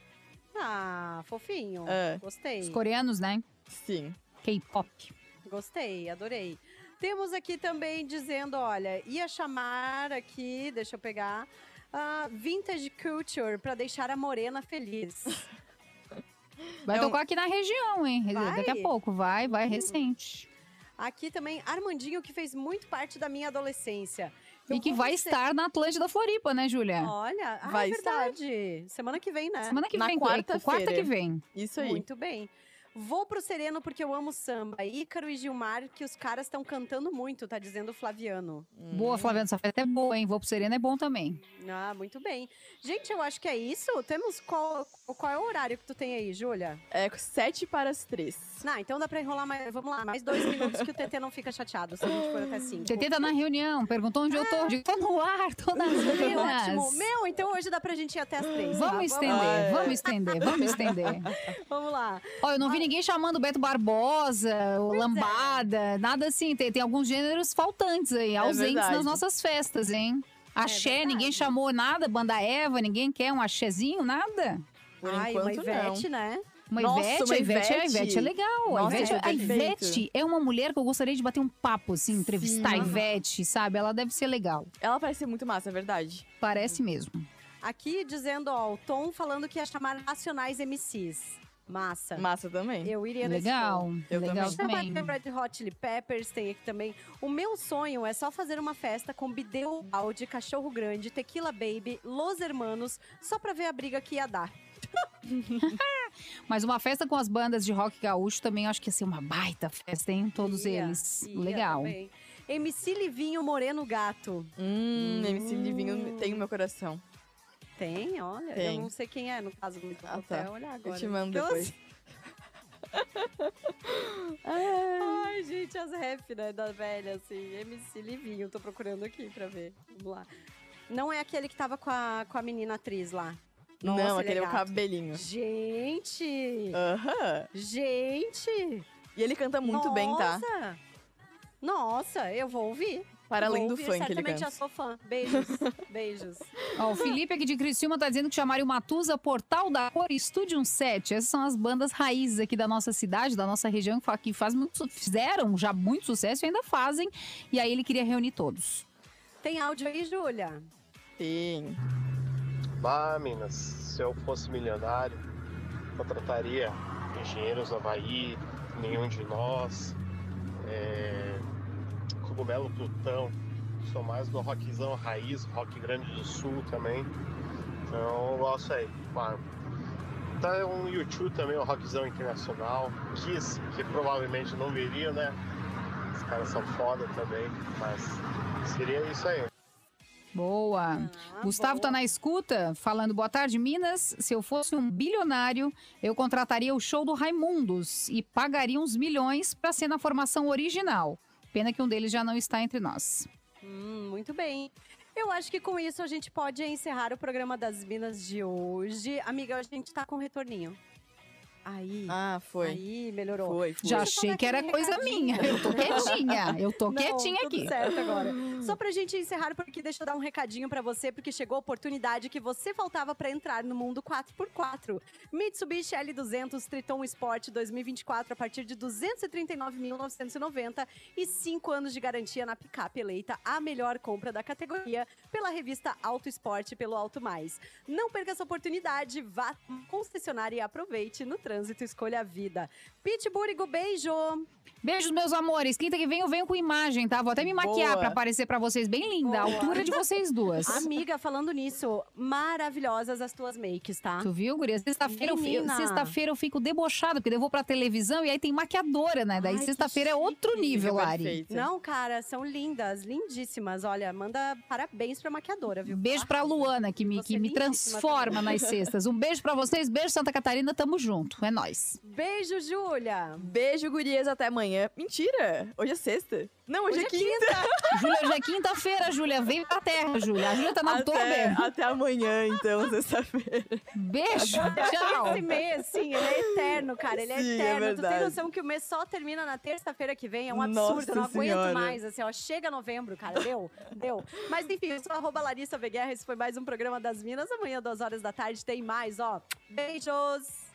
Speaker 3: Ah, fofinho.
Speaker 4: É.
Speaker 3: Gostei.
Speaker 8: Os coreanos, né?
Speaker 4: Sim.
Speaker 8: K-pop.
Speaker 3: Gostei, adorei. Temos aqui também dizendo, olha, ia chamar aqui, deixa eu pegar, ah, Vintage Culture pra deixar a morena feliz.
Speaker 8: Vai
Speaker 4: É um-
Speaker 8: tocar aqui na região, hein?
Speaker 3: Vai?
Speaker 8: Daqui a pouco, vai, vai, recente.
Speaker 3: Aqui também Armandinho que fez muito parte da minha adolescência.
Speaker 8: E
Speaker 3: Eu
Speaker 8: que vai
Speaker 3: comecei-
Speaker 8: estar na Atlântida Floripa, né, Júlia?
Speaker 3: Olha, ah,
Speaker 4: Vai
Speaker 3: é
Speaker 4: estar.
Speaker 3: verdade. Semana que vem, né?
Speaker 8: Semana que
Speaker 4: Na
Speaker 8: vem, quarta, quarta que
Speaker 4: quarta-feira.
Speaker 8: vem.
Speaker 4: Isso aí.
Speaker 3: Muito bem. Vou pro Sereno porque eu amo samba. Ícaro e Gilmar, que os caras estão cantando muito, tá dizendo o Flaviano.
Speaker 4: Hum.
Speaker 8: Boa, Flaviano, essa festa é boa, hein? Vou pro Serena é bom também.
Speaker 3: Ah, muito bem. Gente, eu acho que é isso. Temos qual, qual é o horário que tu tem aí, Júlia?
Speaker 4: É sete para as três.
Speaker 3: Não, então dá pra enrolar mais. Vamos lá, mais dois minutos que o TT não fica chateado se a gente for até cinco.
Speaker 8: TT tá na reunião, perguntou onde eu tô. Eu digo, tô no ar, tô nas
Speaker 3: Meu, Ótimo.
Speaker 8: minas.
Speaker 3: Meu, então hoje dá pra gente ir até as três. tá?
Speaker 8: é Vamos
Speaker 4: Ah,
Speaker 8: estender, É, vamos estender, vamos estender.
Speaker 3: Vamos lá.
Speaker 8: Ó, eu não vi ninguém chamando o Beto Barbosa, o
Speaker 3: é.
Speaker 8: Lambada, nada assim. Tem, tem alguns gêneros faltantes aí, ausentes nas
Speaker 4: verdade.
Speaker 8: nossas festas, hein? Axé, ninguém
Speaker 3: verdade.
Speaker 8: chamou nada, banda Eva, ninguém quer um axézinho, nada.
Speaker 4: Por
Speaker 3: Ai,
Speaker 4: enquanto,
Speaker 3: uma Ivete, né?
Speaker 8: Uma
Speaker 4: Nossa,
Speaker 8: Ivete,
Speaker 4: uma
Speaker 8: a Ivete, é- a
Speaker 4: Ivete.
Speaker 8: Ivete é legal.
Speaker 4: Nossa,
Speaker 8: a, Ivete,
Speaker 4: é
Speaker 8: a
Speaker 4: perfeito.
Speaker 8: Ivete é uma mulher que eu gostaria de bater um papo, assim, entrevistar
Speaker 4: Sim.
Speaker 8: a Ivete, sabe? Ela deve ser legal.
Speaker 4: não. Ela parece ser muito massa, é verdade.
Speaker 8: Parece mesmo.
Speaker 3: Aqui dizendo, ó, o Tom falando que ia chamar Racionais MCs. Massa.
Speaker 4: Massa também.
Speaker 3: Eu iria nesse show.
Speaker 8: Legal.
Speaker 4: Eu
Speaker 8: legal também.
Speaker 3: Tem Red Hot Chili Peppers, tem aqui também. O meu sonho é só fazer uma festa com Bideu Balde, Cachorro Grande, Tequila Baby, Los Hermanos, só pra ver a briga que ia dar.
Speaker 8: Mas uma festa com as bandas de rock gaúcho também acho que ia ser uma baita festa, hein? Todos
Speaker 3: Ia,
Speaker 8: eles.
Speaker 3: ia
Speaker 8: legal.
Speaker 3: também. MC Livinho Moreno Gato.
Speaker 4: Hum, MC Livinho tem o meu coração.
Speaker 3: Tem, olha.
Speaker 4: Tem.
Speaker 3: Eu não sei quem é, no caso, mas vou
Speaker 4: Ah,
Speaker 3: até
Speaker 4: tá.
Speaker 3: olhar agora.
Speaker 4: Eu te mando
Speaker 3: Então,
Speaker 4: depois.
Speaker 3: Ai, gente, as rap, né, da velha, assim. MC Livinho, tô procurando aqui pra ver. Vamos lá. Não é aquele que tava com a, com a menina atriz lá.
Speaker 4: Não,
Speaker 3: Nossa, ele
Speaker 4: aquele é o
Speaker 3: gato.
Speaker 4: cabelinho.
Speaker 3: Gente!
Speaker 4: Aham.
Speaker 3: Gente!
Speaker 4: E ele canta muito bem, tá?
Speaker 3: Nossa! Nossa, eu vou ouvir.
Speaker 4: Para
Speaker 3: Vou
Speaker 4: além do
Speaker 3: ouvir,
Speaker 4: funk, ele
Speaker 3: certamente
Speaker 4: canta.
Speaker 3: já sou fã. Beijos, beijos.
Speaker 8: Ó, o Felipe aqui de Criciúma tá dizendo que chamaria o Matusa Portal da Cor e Studium 7. Essas são as bandas raízes aqui da nossa cidade, da nossa região, que fa- que faz muito, su- fizeram já muito sucesso e ainda fazem. E aí ele queria reunir todos.
Speaker 3: Tem áudio aí, Júlia?
Speaker 4: Tem.
Speaker 13: Bah, Minas, se eu fosse milionário, contrataria engenheiros do Havaí, nenhum de nós, é, Cogumelo Plutão, sou mais do rockzão raiz, rock grande do sul também. Então eu gosto aí, claro. Tá um YouTube também, um rockzão internacional. Kiss, que provavelmente não viria, né? Os caras são foda também, mas seria isso aí.
Speaker 8: Boa. Gustavo tá na escuta, falando boa tarde, Minas. Se eu fosse um bilionário, eu contrataria o show do Raimundos e pagaria uns milhões pra ser na formação original. Pena que um deles já não está entre nós.
Speaker 3: Hum, muito bem. Eu acho que com isso a gente pode encerrar o programa das Minas de hoje. Amiga, a gente tá com retorninho. Aí.
Speaker 4: Ah, foi.
Speaker 3: Aí, melhorou.
Speaker 4: Foi, foi.
Speaker 8: Já achei que era coisa minha. Eu tô quietinha. Eu tô
Speaker 3: Não,
Speaker 8: quietinha
Speaker 3: tudo
Speaker 8: aqui.
Speaker 3: certo agora. Só pra gente encerrar por aqui, deixa eu dar um recadinho pra você, porque chegou a oportunidade que você faltava pra entrar no mundo 4x4. Mitsubishi L200 Triton Sport 2024 a partir de 239.990 e 5 anos de garantia na picape eleita a melhor compra da categoria pela revista Auto Esporte e pelo Auto Mais. Não perca essa oportunidade, vá à concessionária e aproveite no trânsito escolha a vida. Pitburigo, beijo!
Speaker 8: Beijos, meus amores. Quinta que vem eu venho com imagem, tá? Vou até me maquiar
Speaker 3: Boa.
Speaker 8: pra aparecer pra vocês bem linda, a
Speaker 3: Boa.
Speaker 8: altura de vocês duas.
Speaker 3: Amiga, falando nisso, maravilhosas as tuas makes, tá?
Speaker 8: Tu viu, guria? Sexta-feira eu, fi- eu-
Speaker 3: Menina.
Speaker 8: sexta-feira eu fico debochada, porque daí eu vou pra televisão e aí tem maquiadora, né? Daí sexta-feira é outro nível, Lari.
Speaker 3: Não, cara, são lindas, lindíssimas. Olha, manda parabéns pra maquiadora, viu?
Speaker 8: Beijo pra Luana, que me,
Speaker 3: Você
Speaker 8: que
Speaker 3: é
Speaker 8: me
Speaker 3: lindíssima
Speaker 8: transforma
Speaker 3: também.
Speaker 8: nas sextas. Um beijo pra vocês, beijo Santa Catarina, tamo junto. É nóis.
Speaker 3: Beijo, Júlia.
Speaker 4: Beijo, gurias, até amanhã. Mentira! Hoje é sexta? Não, hoje,
Speaker 8: Hoje
Speaker 4: é
Speaker 8: é
Speaker 4: quinta.
Speaker 8: Júlia, hoje é quinta-feira, Júlia. Vem pra terra, Júlia. A Júlia tá na
Speaker 4: até,
Speaker 8: torre.
Speaker 4: até amanhã, então, sexta-feira.
Speaker 8: Beijo, tchau.
Speaker 3: Esse mês, sim, ele é eterno, cara. Ele é
Speaker 4: Sim, é
Speaker 3: eterno. tu tem
Speaker 4: verdade.
Speaker 3: noção que o mês só termina na terça-feira que vem? É um absurdo.
Speaker 4: Nossa
Speaker 3: eu não aguento
Speaker 4: Senhora.
Speaker 3: mais. Assim, ó, chega novembro, cara. Deu, deu. Mas enfim, eu sou arroba Larissa Veguerra. Esse foi mais um programa das Minas. Amanhã, duas horas da tarde, tem mais, ó. Beijos!